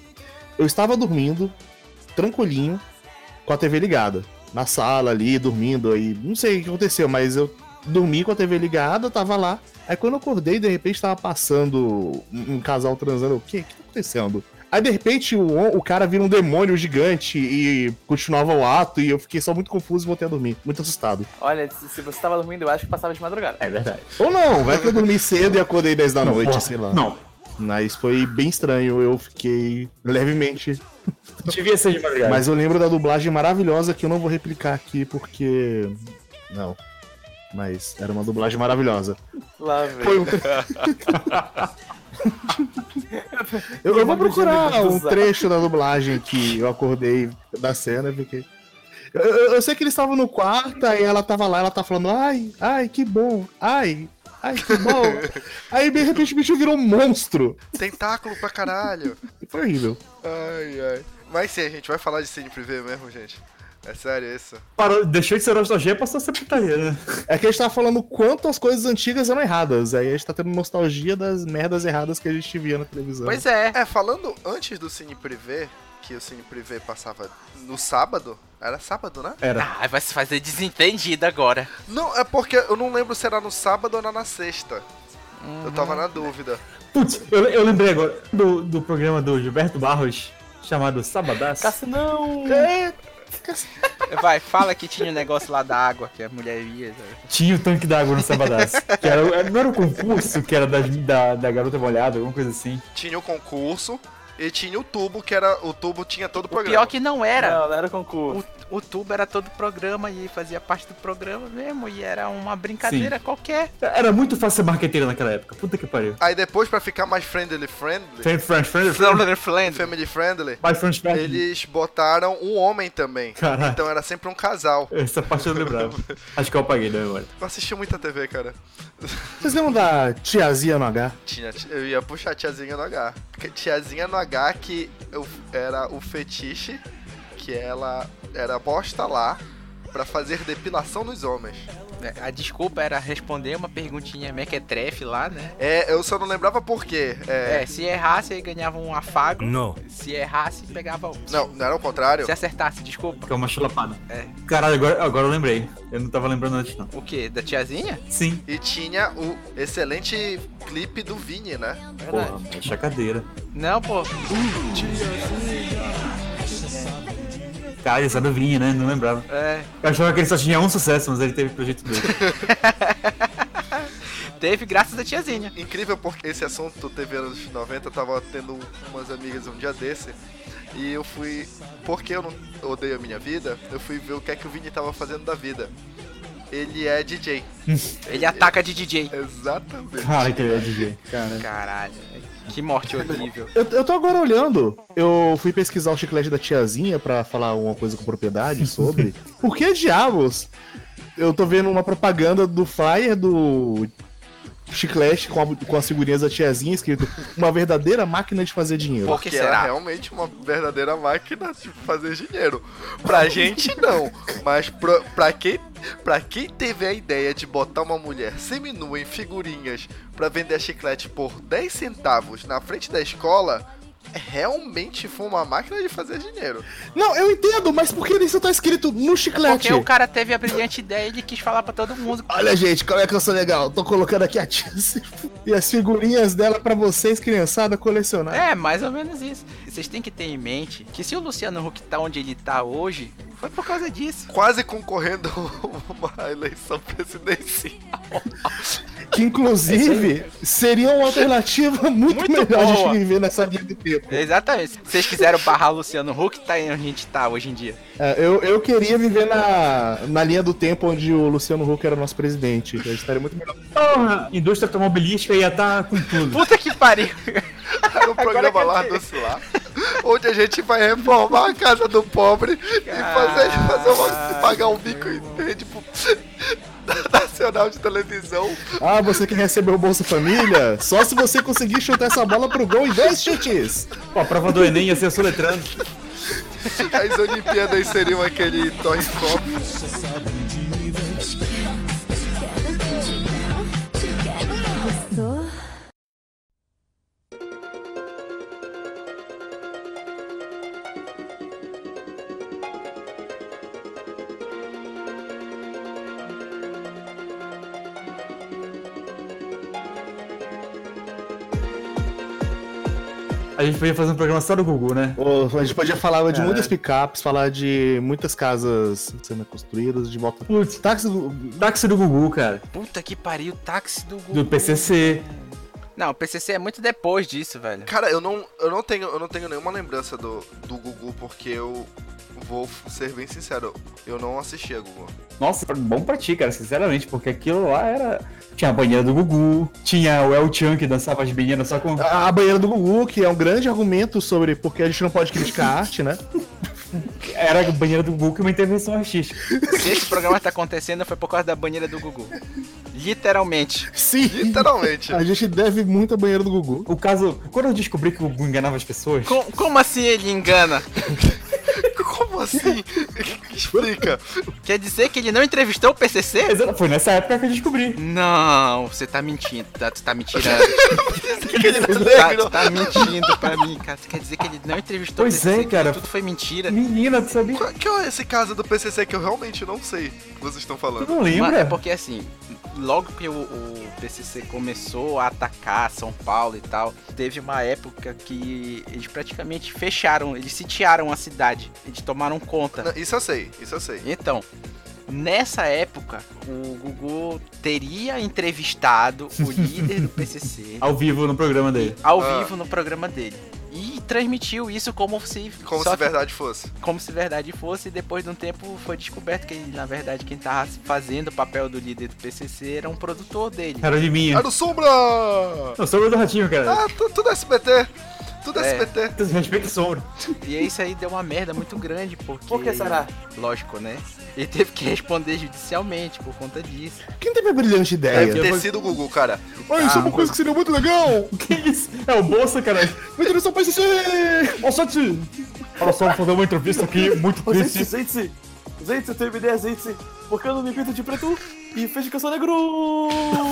Speaker 5: Eu estava dormindo, tranquilinho, com a TV ligada. Na sala ali, dormindo aí. Não sei o que aconteceu, mas eu dormi com a TV ligada, eu tava lá. Aí quando eu acordei, de repente tava passando um, um casal transando. O que? O que tá acontecendo? Aí de repente o, hom- o cara vira um demônio gigante e continuava o ato. E eu fiquei só muito confuso e voltei a dormir. Muito assustado.
Speaker 8: Olha, se se você tava dormindo, eu acho que passava de madrugada.
Speaker 4: É verdade.
Speaker 5: Ou não, vai que eu dormi cedo e acordei 10 da noite,
Speaker 4: porra,
Speaker 5: sei lá.
Speaker 4: Não.
Speaker 5: Mas foi bem estranho, eu fiquei levemente.
Speaker 4: Devia ser de madrugada.
Speaker 5: Mas eu lembro da dublagem maravilhosa que eu não vou replicar aqui porque. Não. Mas era uma dublagem maravilhosa.
Speaker 8: Lá, velho.
Speaker 5: Foi um... Eu, eu vou procurar
Speaker 8: Lembro de
Speaker 5: um
Speaker 8: usar.
Speaker 5: trecho da dublagem que eu acordei da cena, porque. Eu, eu- eu sei que eles estavam no quarto, aí ela tava lá, ela tá falando, ai, ai, que bom, ai, ai, que bom. aí de repente o bicho virou um monstro.
Speaker 3: Tentáculo pra caralho.
Speaker 5: Foi horrível.
Speaker 3: Ai, ai. Mas sim, a gente vai falar de Cine Privé mesmo, gente. É sério isso.
Speaker 4: Parou, deixou de ser nostalgia e passou a ser putaria, né?
Speaker 5: É que a gente tava falando quanto as coisas antigas eram erradas. Aí a gente tá tendo nostalgia das merdas erradas que a gente via na televisão.
Speaker 9: Pois é.
Speaker 3: É, falando antes do Cine Privé, que o Cine Privé passava no sábado. Era sábado, né?
Speaker 5: Era.
Speaker 9: Ah, vai se fazer desentendido agora.
Speaker 3: Não, é porque eu não lembro se era no sábado ou era na sexta. Eu tava na dúvida.
Speaker 4: Putz, eu, eu lembrei agora do, do programa do Gilberto Barros, chamado Sabadaço.
Speaker 8: Cassinão!
Speaker 9: Vai, fala que tinha um negócio lá da água que a mulher ia. sabe?
Speaker 4: Tinha o tanque d'água no Sabadaço. que era, não era o concurso que era da, da, da garota molhada, alguma coisa assim.
Speaker 3: Tinha o concurso e tinha o tubo, que era. O tubo tinha todo o
Speaker 9: O
Speaker 3: programa.
Speaker 9: pior é que não era.
Speaker 8: Não, não era concurso.
Speaker 9: O, o tubo era todo programa e fazia parte do programa mesmo. E era uma brincadeira qualquer.
Speaker 4: Era muito fácil ser marqueteira naquela época. Puta que pariu.
Speaker 3: Aí depois, pra ficar mais friendly friendly,
Speaker 4: Friend, friend, friend, friend.
Speaker 9: Friend.
Speaker 3: family friendly,
Speaker 4: My friend, friend.
Speaker 3: eles botaram um homem também.
Speaker 4: Caralho.
Speaker 3: Então era sempre um casal.
Speaker 4: Essa parte eu não lembrava. Acho que eu apaguei né, da memória.
Speaker 3: Eu assisti muita TV, cara.
Speaker 5: Vocês lembram da tiazinha no H?
Speaker 3: Tinha, eu ia puxar tiazinha no H. Porque tiazinha no H que eu, era o fetiche que ela era posta lá pra fazer depilação nos homens.
Speaker 9: A desculpa era responder uma perguntinha mequetrefe lá, né?
Speaker 3: É, eu só não lembrava por quê. É,
Speaker 9: É, se errasse, aí ganhava um afago.
Speaker 7: Não.
Speaker 9: Se errasse, pegava um.
Speaker 3: Não, não era o contrário.
Speaker 9: Se acertasse, desculpa.
Speaker 4: Que é uma chulapada.
Speaker 9: É.
Speaker 4: Caralho, agora, agora eu lembrei. Eu não tava lembrando antes, não.
Speaker 9: O quê? Da tiazinha?
Speaker 4: Sim.
Speaker 3: E tinha o excelente clipe do Vini, né?
Speaker 4: Porra, chacadeira.
Speaker 9: Não, pô.
Speaker 4: Cara, essa do Vinha, né? Não lembrava.
Speaker 9: É,
Speaker 4: Eu achava que ele só tinha um sucesso, mas ele teve projeto dele.
Speaker 9: teve graças a tiazinha.
Speaker 3: Incrível porque esse assunto teve anos 90, eu tava tendo umas amigas um dia desse. E eu fui. Porque eu não odeio a minha vida, eu fui ver o que é que o Vini tava fazendo da vida. Ele é DJ.
Speaker 9: Ele ataca de DJ.
Speaker 3: Exatamente.
Speaker 4: Cara, que ele é DJ.
Speaker 9: Caralho, que morte horrível.
Speaker 5: Eu, eu tô agora olhando. Eu fui pesquisar o chiclete da tiazinha pra falar uma coisa com propriedade sobre. Por que diabos? Eu tô vendo uma propaganda do flyer do chiclete com, a- com as figurinhas da tiazinha escrito uma verdadeira máquina de fazer dinheiro.
Speaker 9: Por
Speaker 3: Porque
Speaker 9: que
Speaker 3: era
Speaker 9: será?
Speaker 3: realmente uma verdadeira máquina de fazer dinheiro. Pra gente não, mas pra, pra quem, pra quem teve a ideia de botar uma mulher seminua em figurinhas pra vender chiclete por 10 centavos na frente da escola, realmente foi uma máquina de fazer dinheiro.
Speaker 5: Não, eu entendo, mas por que isso tá escrito no chiclete?
Speaker 9: Porque o cara teve a brilhante ideia e ele quis falar pra todo mundo.
Speaker 5: Olha, gente, como é que eu sou legal. Tô colocando aqui a tia e as figurinhas dela pra vocês, criançada, colecionar.
Speaker 9: É, mais ou menos isso. Vocês têm que ter em mente que se o Luciano Huck tá onde ele tá hoje, foi por causa disso.
Speaker 3: Quase concorrendo a uma eleição presidencial.
Speaker 5: Que inclusive seria uma alternativa muito,
Speaker 9: Muito
Speaker 5: melhor a
Speaker 9: boa.
Speaker 5: gente viver nessa linha de tempo.
Speaker 9: Exatamente. Se vocês quiseram barrar o Luciano Huck, tá aí onde a gente tá hoje em dia.
Speaker 5: É, eu, eu queria viver na, na linha do tempo onde o Luciano Huck era nosso presidente. então Eu estaria muito melhor.
Speaker 4: Porra, indústria automobilística ia estar com tudo.
Speaker 9: Puta que pariu.
Speaker 3: Era um programa lá do Cilar, onde a gente vai reformar a casa do pobre e fazer ele fazer uma, pagar um bico em tipo, nacional de televisão.
Speaker 5: Ah, você que recebeu o Bolsa Família? Só se você conseguir chutar essa bola pro gol em dois chutes.
Speaker 4: Pô, a prova do Enem ia ser soletrando.
Speaker 3: As Olimpíadas seriam aquele Torre Copa.
Speaker 4: A gente podia fazer um programa só do Gugu, né?
Speaker 5: Ô, A gente podia falar de muitas picapes, falar de muitas casas sendo construídas, de volta.
Speaker 4: Putz,
Speaker 5: Táxi do-
Speaker 4: táxi do Gugu, cara.
Speaker 9: Puta que pariu, táxi do Gugu.
Speaker 4: Do PCC.
Speaker 9: Não, o PCC é muito depois disso, velho.
Speaker 3: Cara, eu não, eu não tenho, eu não tenho nenhuma lembrança do, do Gugu, porque eu vou ser bem sincero, eu não assisti a Gugu.
Speaker 4: Nossa, bom pra ti, cara, sinceramente, porque aquilo lá era. Tinha a banheira do Gugu, tinha o El Chan que dançava as meninas só com.
Speaker 5: A, a banheira do Gugu, que é um grande argumento sobre porque a gente não pode criticar a arte, né?
Speaker 4: Era a banheira do Gugu que é uma intervenção artística.
Speaker 9: Se esse programa tá acontecendo foi por causa da banheira do Gugu. Literalmente.
Speaker 5: Sim.
Speaker 3: Literalmente.
Speaker 5: A gente deve muito a banheira do Gugu.
Speaker 4: O caso. Quando eu descobri que o Gugu enganava as pessoas.
Speaker 9: Com- como assim ele engana?
Speaker 3: Como assim? Explica.
Speaker 9: Quer dizer que ele não entrevistou o PCC?
Speaker 4: Exato, Foi nessa época que eu descobri.
Speaker 9: Não, você tá mentindo, tá, tu tá me tirando.
Speaker 3: é
Speaker 9: tá, tu tá mentindo pra mim, cara. Tu quer dizer que ele não entrevistou
Speaker 4: Pois
Speaker 9: o PCC?
Speaker 4: é, cara.
Speaker 9: Tudo foi mentira.
Speaker 4: Menina, tu sabia?
Speaker 3: Qual- Que é esse caso do PCC que eu realmente não sei o que vocês estão
Speaker 4: Tu
Speaker 3: falando?
Speaker 4: não
Speaker 9: Mano,
Speaker 4: lembra?
Speaker 9: é porque assim, logo que o, o PCC começou a atacar São Paulo e tal, teve uma época que eles praticamente fecharam, eles sitiaram a cidade, eles tomaram conta.
Speaker 3: Não, Isso eu sei, isso eu sei.
Speaker 9: Então, nessa época, o Gugu teria entrevistado o líder do PCC
Speaker 4: Ao vivo no programa dele.
Speaker 9: ao
Speaker 3: Ah.
Speaker 9: vivo no programa dele. E transmitiu isso como se,
Speaker 3: Como
Speaker 9: só
Speaker 3: se
Speaker 9: que-
Speaker 3: verdade fosse.
Speaker 9: como se verdade fosse, e depois de um tempo foi descoberto que, na verdade, quem tava fazendo o papel do líder do PCC era um produtor dele.
Speaker 4: Era de minha.
Speaker 3: Era o É Sombra!
Speaker 4: Não, sombra do ratinho, cara.
Speaker 3: Ah, tu- tudo SBT. Tudo
Speaker 9: É.
Speaker 3: SBT.
Speaker 4: Respeita o sombra.
Speaker 9: E isso aí deu uma merda muito grande, porque...
Speaker 8: Por que será?
Speaker 9: Lógico, né? Ele teve que responder judicialmente por conta disso.
Speaker 5: Quem teve a brilhante ideia?
Speaker 3: Deve ter É, sido o Gugu, cara.
Speaker 5: Olha, isso é uma coisa que seria muito legal!
Speaker 4: Que isso? É o bolsa, cara.
Speaker 5: Me direção pra esse...
Speaker 4: Ô, Santi! Olha só, vou fazer uma entrevista aqui muito
Speaker 8: Ô, Gente,
Speaker 4: triste.
Speaker 8: gente, gente, eu tenho uma ideia, gente. Por que eu não me pinto de preto e fecho que eu sou negro?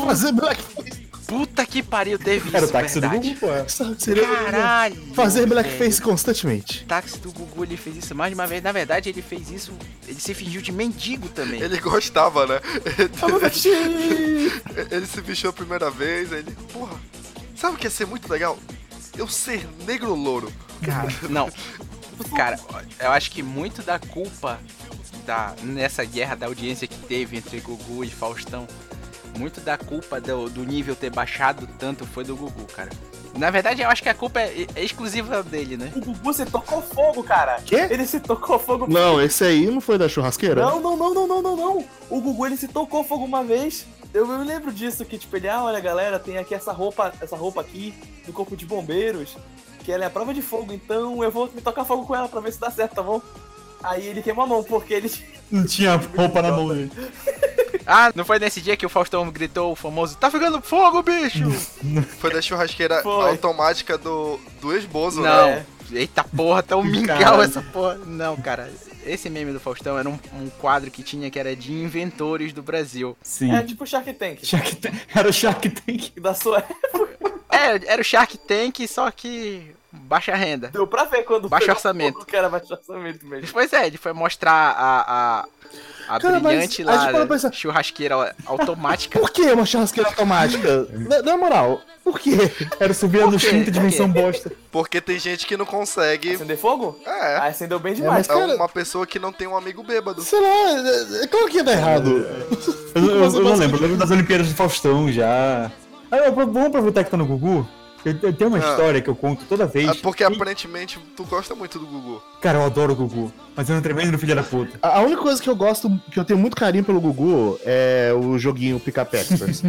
Speaker 5: Fazer Black...
Speaker 9: Puta que pariu, teve
Speaker 4: Era o
Speaker 9: isso,
Speaker 4: táxi do
Speaker 9: verdade.
Speaker 4: Gugu, pô. é.
Speaker 5: Seria...
Speaker 9: Caralho!
Speaker 5: Fazer
Speaker 9: velho.
Speaker 5: blackface constantemente.
Speaker 9: O táxi do Gugu, ele fez isso mais de uma vez. Na verdade, ele fez isso... Ele se fingiu de mendigo também.
Speaker 3: Ele gostava, né?
Speaker 8: Xiii.
Speaker 3: Ele se bichou a primeira vez, aí ele. Porra, sabe o que ia ser muito legal? Eu ser negro louro.
Speaker 9: Cara, não. Cara, eu acho que muito da culpa da, nessa guerra da audiência que teve entre Gugu e Faustão, muito da culpa do, do nível ter baixado tanto foi do Gugu, cara. Na verdade, eu acho que a culpa é, é exclusiva dele, né?
Speaker 8: O Gugu se tocou fogo, cara.
Speaker 5: Quê?
Speaker 8: Ele se tocou fogo.
Speaker 5: Não, esse aí não foi da churrasqueira?
Speaker 8: Não, não, não, não, não, não, não. O Gugu ele se tocou fogo uma vez. Eu me lembro disso, que tipo, ele, ah, olha galera, tem aqui essa roupa, essa roupa aqui, do corpo de bombeiros, que ela é a prova de fogo, então eu vou me tocar fogo com ela pra ver se dá certo, tá bom? Aí ele queima a mão, porque ele. tipo,
Speaker 4: Não tinha roupa na mão dele.
Speaker 9: Ah, não foi nesse dia que o Faustão gritou o famoso Tá ficando fogo, bicho!
Speaker 3: Foi da churrasqueira
Speaker 8: Foi.
Speaker 3: automática do, do esbozo,
Speaker 9: Não.
Speaker 3: né?
Speaker 8: É.
Speaker 9: Eita porra, tão mingau
Speaker 4: Caralho.
Speaker 9: essa porra. Não, cara. Esse meme do Faustão era um, um quadro que tinha que era de inventores do Brasil.
Speaker 4: Sim.
Speaker 8: É tipo Shark Tank.
Speaker 4: Shark Tank- Era o Shark Tank.
Speaker 8: Da sua.
Speaker 9: É, era o Shark Tank, só que baixa renda.
Speaker 8: Deu pra ver quando.
Speaker 9: Baixo
Speaker 8: pegou
Speaker 9: orçamento.
Speaker 8: fogo, cara baixo orçamento mesmo.
Speaker 9: Pois é, ele foi mostrar a, a, a
Speaker 5: Cara, mas
Speaker 9: brilhante
Speaker 5: a gente
Speaker 9: lá,
Speaker 5: para pra pensar-
Speaker 9: churrasqueira automática.
Speaker 5: Por que uma churrasqueira automática? na, na moral, por quê?
Speaker 4: Era subir no
Speaker 9: quê?
Speaker 4: chute
Speaker 9: Por
Speaker 4: dimensão bosta.
Speaker 3: Porque tem gente que não consegue.
Speaker 8: Acender fogo?
Speaker 3: É.
Speaker 8: Ah, acendeu bem demais.
Speaker 5: mas-
Speaker 3: É
Speaker 5: cara-
Speaker 3: uma pessoa que não tem um amigo bêbado.
Speaker 5: Sei lá, é- é claro que ia dar errado.
Speaker 4: Eu, eu- eu não lembro, eu lembro das Olimpíadas do Faustão já. Ah, eu- vamos aproveitar que tá no Gugu. Eu, eu tenho uma
Speaker 3: Ah.
Speaker 4: história que eu conto toda vez.
Speaker 9: Ah,
Speaker 3: É porque
Speaker 4: E-
Speaker 3: aparentemente tu gosta muito do Gugu.
Speaker 4: Cara, eu adoro o Gugu, mas eu não tremendo no filho da puta.
Speaker 5: A a única coisa que eu gosto, que eu tenho muito carinho pelo Gugu, é o joguinho Pick Up Extras.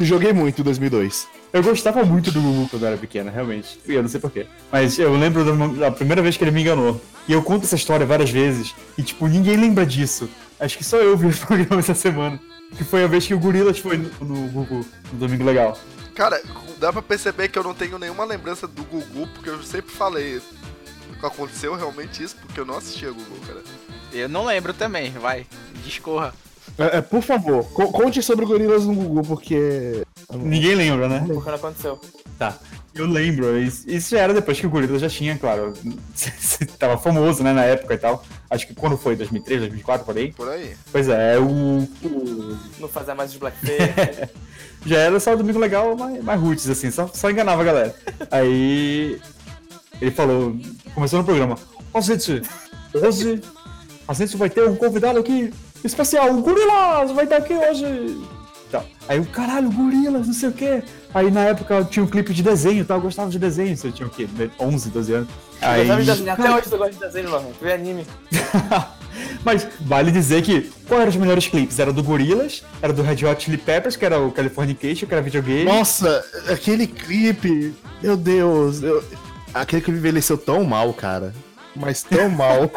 Speaker 5: Joguei muito em 2002.
Speaker 4: Eu gostava muito do Gugu quando eu era pequena, realmente. E eu não sei porquê. Mas eu lembro da- da primeira vez que ele me enganou. E eu conto essa história várias vezes. E, tipo, ninguém lembra disso. Acho que só eu vi o programa essa semana. Que foi a vez que o Gorilas foi no, no Gugu, no Domingo Legal.
Speaker 3: Cara, dá pra perceber que eu não tenho nenhuma lembrança do Gugu, porque eu sempre falei. Aconteceu realmente isso, porque eu não assistia Gugu, cara.
Speaker 9: Eu não lembro também, vai. Discorra.
Speaker 5: É, é, por favor, co- conte sobre gorilas no Gugu, porque.
Speaker 4: Ninguém lembra, né?
Speaker 8: Porque não aconteceu.
Speaker 4: Tá. Eu lembro, é isso, isso era depois que o Gorila já tinha, claro. Tava famoso, né, na época e tal. Acho que quando foi, 2003, 2004, por aí.
Speaker 3: Por aí.
Speaker 4: Pois é, o, o-
Speaker 8: Não fazer mais os blackface.
Speaker 4: Já era só o Domingo Legal, mas, mas roots, assim, só, só enganava a galera. Aí. Ele falou, começou no programa: Ó, gente, hoje a gente vai ter um convidado aqui especial, o Gorilas vai estar aqui hoje. Tá. Aí o caralho, Gorilas, não sei o quê. Aí na época eu tinha um clipe de desenho, tá? Eu gostava de desenho, se eu tinha o quê? 11, 12 anos. Aí...
Speaker 8: Gostava de desenho. Até hoje eu gosto de desenho, mano. Tu vê anime.
Speaker 4: Mas vale dizer que qual eram os melhores clipes? Era do Gorillaz, era do Red Hot Chili Peppers, que era o Californication, que era videogame.
Speaker 5: Nossa, aquele clipe. Meu Deus. eu- Aquele clipe envelheceu tão mal, cara. Mas tão mal.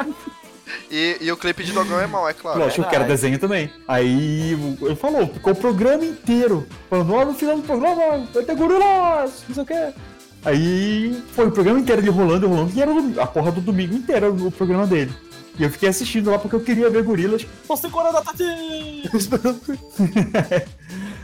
Speaker 3: E, e o clipe de Dogão é mal, é claro.
Speaker 4: Lógico que era
Speaker 8: verdade.
Speaker 4: desenho também. Aí o- ele falou, ficou o programa inteiro. Falando, ó, no final do programa vai ter Gorillaz, não sei o quê. Aí foi o programa inteiro ele rolando, rolando, e era o- a porra do domingo inteiro era o programa dele. E eu fiquei assistindo lá porque eu queria ver gorilas.
Speaker 8: São 5 horas é da tarde!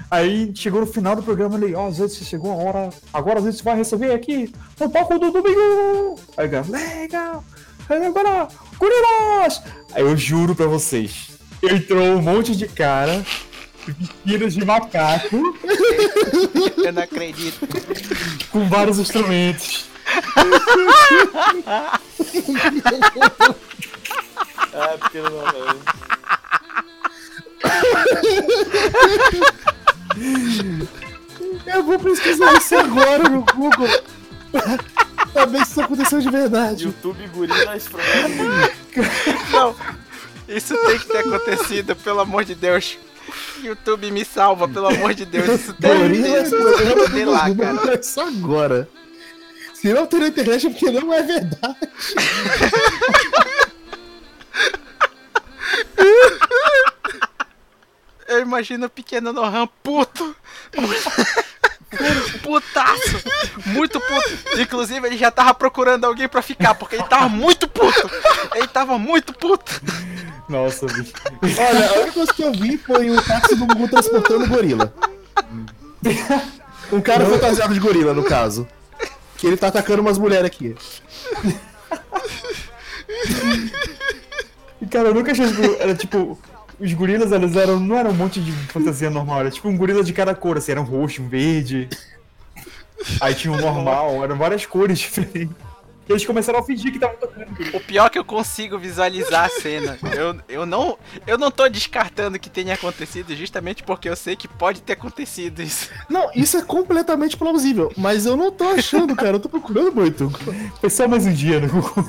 Speaker 4: Aí chegou no final do programa ele, ó, às vezes chegou a hora, agora às vezes vai receber aqui no palco do domingo. Aí o cara, legal, aí agora, Gorilas! Aí eu juro pra vocês, entrou um monte de cara, vestidos de macaco,
Speaker 9: Eu não acredito.
Speaker 4: com vários instrumentos.
Speaker 8: Ah, porque não, velho.
Speaker 5: eu vou pesquisar isso agora no Google. Pra ver se isso aconteceu de verdade.
Speaker 8: YouTube gorilas pra mim.
Speaker 9: Não. Isso tem que ter acontecido, pelo amor de Deus. YouTube me salva, pelo amor de Deus. Isso tem que ter,
Speaker 5: Gorilas,
Speaker 9: isso tem que ter lá,
Speaker 5: programa do
Speaker 9: cara.
Speaker 5: Google, é Só agora. Se não tem na internet é porque não é verdade.
Speaker 9: Eu imagino o pequeno Nohan puto. Putaço! Muito puto! Inclusive, ele já tava procurando alguém pra ficar, porque ele tava muito puto! Ele tava muito puto!
Speaker 4: Nossa, bicho.
Speaker 5: Olha, a única coisa que eu vi foi um táxi do Google transportando gorila. Um cara fantasiado de gorila, no caso. Que ele tá atacando umas mulheres aqui.
Speaker 4: E, Cara, eu nunca achei. os gor- Era tipo. Os gorilas, eles eram, não eram um monte de fantasia normal, era tipo um gorila de cada cor, assim, era um roxo, um verde. Aí tinha um normal, eram várias cores diferentes. E eles começaram a fingir que estavam tocando.
Speaker 9: O pior é que eu consigo visualizar a cena. Eu, eu, não, eu não tô descartando que tenha acontecido, justamente porque eu sei que pode ter acontecido isso.
Speaker 5: Não, isso é completamente plausível, mas eu não tô achando, cara. Eu tô procurando muito.
Speaker 4: Foi só mais um dia no Google.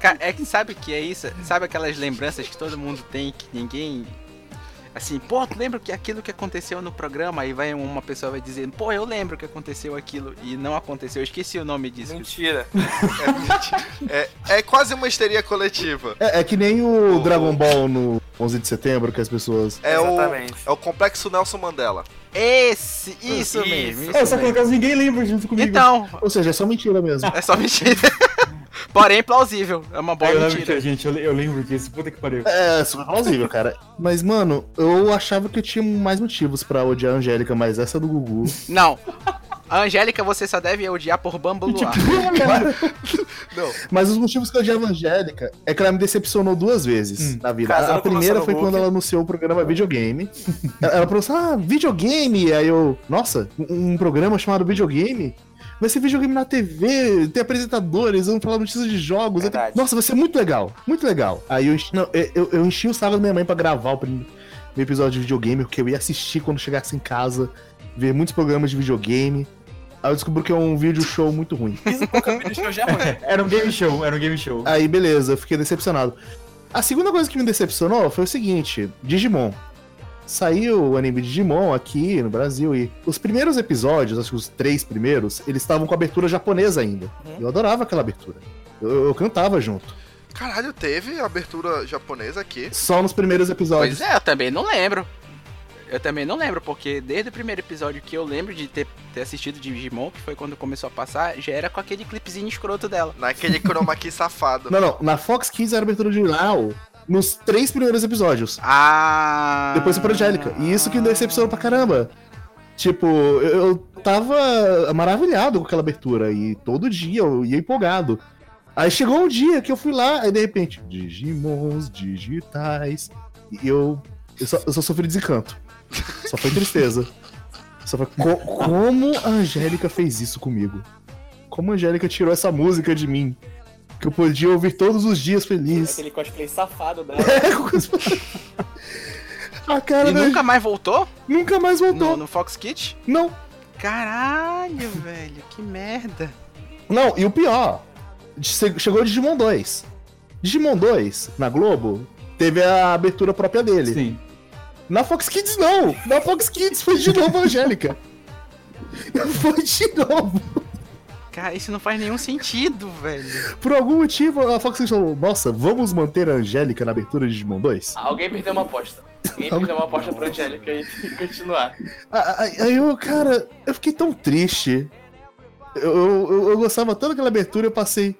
Speaker 9: Cara, é que sabe o que é isso? Sabe aquelas lembranças que todo mundo tem que ninguém. Assim, pô, tu lembra que aquilo que aconteceu no programa? Aí vai uma pessoa vai dizendo, pô, eu lembro que aconteceu aquilo e não aconteceu. Eu esqueci o nome disso.
Speaker 8: Mentira.
Speaker 3: É quase uma histeria coletiva.
Speaker 5: É, é que nem o Dragon Ball no 11 de setembro, que as pessoas.
Speaker 3: É o,
Speaker 8: Exatamente.
Speaker 3: é o complexo Nelson Mandela.
Speaker 9: Esse, isso, mesmo.
Speaker 8: Isso.
Speaker 9: isso
Speaker 4: É, só que no
Speaker 9: mesmo.
Speaker 4: caso ninguém lembra junto comigo.
Speaker 9: Então,
Speaker 5: Ou seja, é só mentira mesmo.
Speaker 9: é só mentira. Porém, plausível. É uma
Speaker 4: Aí
Speaker 9: boa
Speaker 4: eu lembro
Speaker 9: mentira.
Speaker 4: que, gente, eu, le- eu lembro disso, puta que pariu.
Speaker 5: É, super plausível, cara. Mas, mano, eu achava que eu tinha mais motivos pra odiar a Angélica, mas essa do Gugu.
Speaker 9: Não. A Angélica você só deve odiar por Bambu Luar.
Speaker 5: Mas os motivos que eu odiava a Angélica é que ela me decepcionou duas vezes na vida.
Speaker 8: Casando
Speaker 5: A- a
Speaker 8: com
Speaker 5: primeira
Speaker 8: Luciano
Speaker 5: foi
Speaker 8: Huck.
Speaker 5: quando ela anunciou o programa videogame. ela ela falou assim: ah, videogame! Aí eu, nossa, um, um programa chamado videogame? Vai ser videogame na TV, tem apresentadores, vão falar notícias de jogos.
Speaker 8: Verdade.
Speaker 5: Nossa, vai ser muito legal, muito legal. Aí eu enchi, não, eu- eu, eu enchi o saco da minha mãe pra gravar o prim- meu episódio de videogame, que eu ia assistir quando chegasse em casa, ver muitos programas de videogame. Aí eu descobri que é um vídeo show muito ruim.
Speaker 8: Isso com o caminho do show já é ruim.
Speaker 4: Era um game show, era um game show.
Speaker 5: Aí, beleza, eu fiquei decepcionado. A segunda coisa que me decepcionou foi o seguinte: Digimon. Saiu o anime de Digimon aqui no Brasil e os primeiros episódios, acho que os três primeiros, eles estavam com abertura japonesa ainda. Eu adorava aquela abertura. Eu, eu cantava junto.
Speaker 3: Caralho, teve abertura japonesa aqui.
Speaker 5: Só nos primeiros episódios.
Speaker 9: Pois é, eu também não lembro. Eu também não lembro, porque desde o primeiro episódio que eu lembro de ter, ter assistido Digimon, que foi quando começou a passar, já era com aquele clipezinho escroto dela.
Speaker 3: Naquele chroma key safado.
Speaker 5: Não, não. Na Fox Kids era abertura original nos três primeiros episódios.
Speaker 9: Ah.
Speaker 5: Depois foi pra Angélica. E isso que me decepcionou pra caramba. Tipo, eu eu tava maravilhado com aquela abertura e todo dia eu ia empolgado. Aí chegou um dia que eu fui lá, aí de repente, Digimons digitais. E eu. Eu só, eu só sofri desencanto. Só foi tristeza. Só foi. co- como a Angélica fez isso comigo? Como a Angélica tirou essa música de mim? Que eu podia ouvir todos os dias feliz. É,
Speaker 8: Aquele cosplay safado dela.
Speaker 5: a cara
Speaker 9: E
Speaker 5: da
Speaker 9: nunca mais voltou
Speaker 5: nunca mais voltou.
Speaker 9: no, no Fox Kids?
Speaker 5: Não.
Speaker 9: Caralho, velho, que merda.
Speaker 5: Não, e o pior, che- chegou o Digimon 2. Digimon 2, na Globo, teve a abertura própria dele.
Speaker 4: Sim.
Speaker 5: Na Fox Kids não! Na Fox Kids foi de novo a Angélica. Foi de novo.
Speaker 9: Cara, isso não faz nenhum sentido, velho.
Speaker 5: Por algum motivo, a Fox Kids falou, nossa, vamos manter a Angélica na abertura de Digimon 2?
Speaker 8: Alguém perdeu uma aposta. Alguém perdeu uma aposta pra Angélica e continuar.
Speaker 5: A- a- Aí eu, cara, eu fiquei tão triste. Eu, eu, eu- eu gostava tanto daquela abertura, eu passei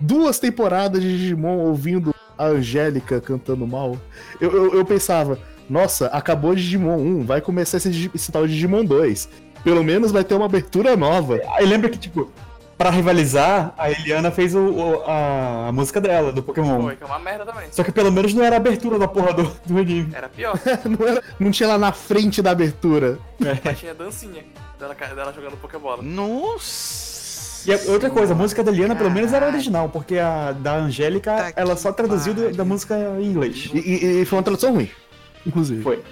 Speaker 5: duas temporadas de Digimon ouvindo a Angélica cantando mal. Eu, eu, eu pensava, nossa, acabou Digimon 1, vai começar esse, Digi- esse tal de Digimon 2. Pelo menos vai ter uma abertura nova.
Speaker 4: Aí lembra que, tipo, pra rivalizar, a Eliana fez o, o- a, a música dela, do Pokémon.
Speaker 8: Foi, que é uma merda também.
Speaker 4: Só que pelo menos não era a abertura da porra do, do anime.
Speaker 8: Era pior,
Speaker 5: Não, era- não tinha lá na frente da abertura.
Speaker 8: mas tinha dancinha dela, ca- dela jogando Pokébola.
Speaker 9: Nossa.
Speaker 4: E a- outra coisa, a música da Eliana pelo menos era original, porque a da Angélica,
Speaker 9: Puta
Speaker 4: ela
Speaker 9: que
Speaker 4: só traduziu do-
Speaker 9: pariu.
Speaker 4: da música em inglês.
Speaker 5: E, e- e foi uma tradução ruim, inclusive.
Speaker 4: Foi.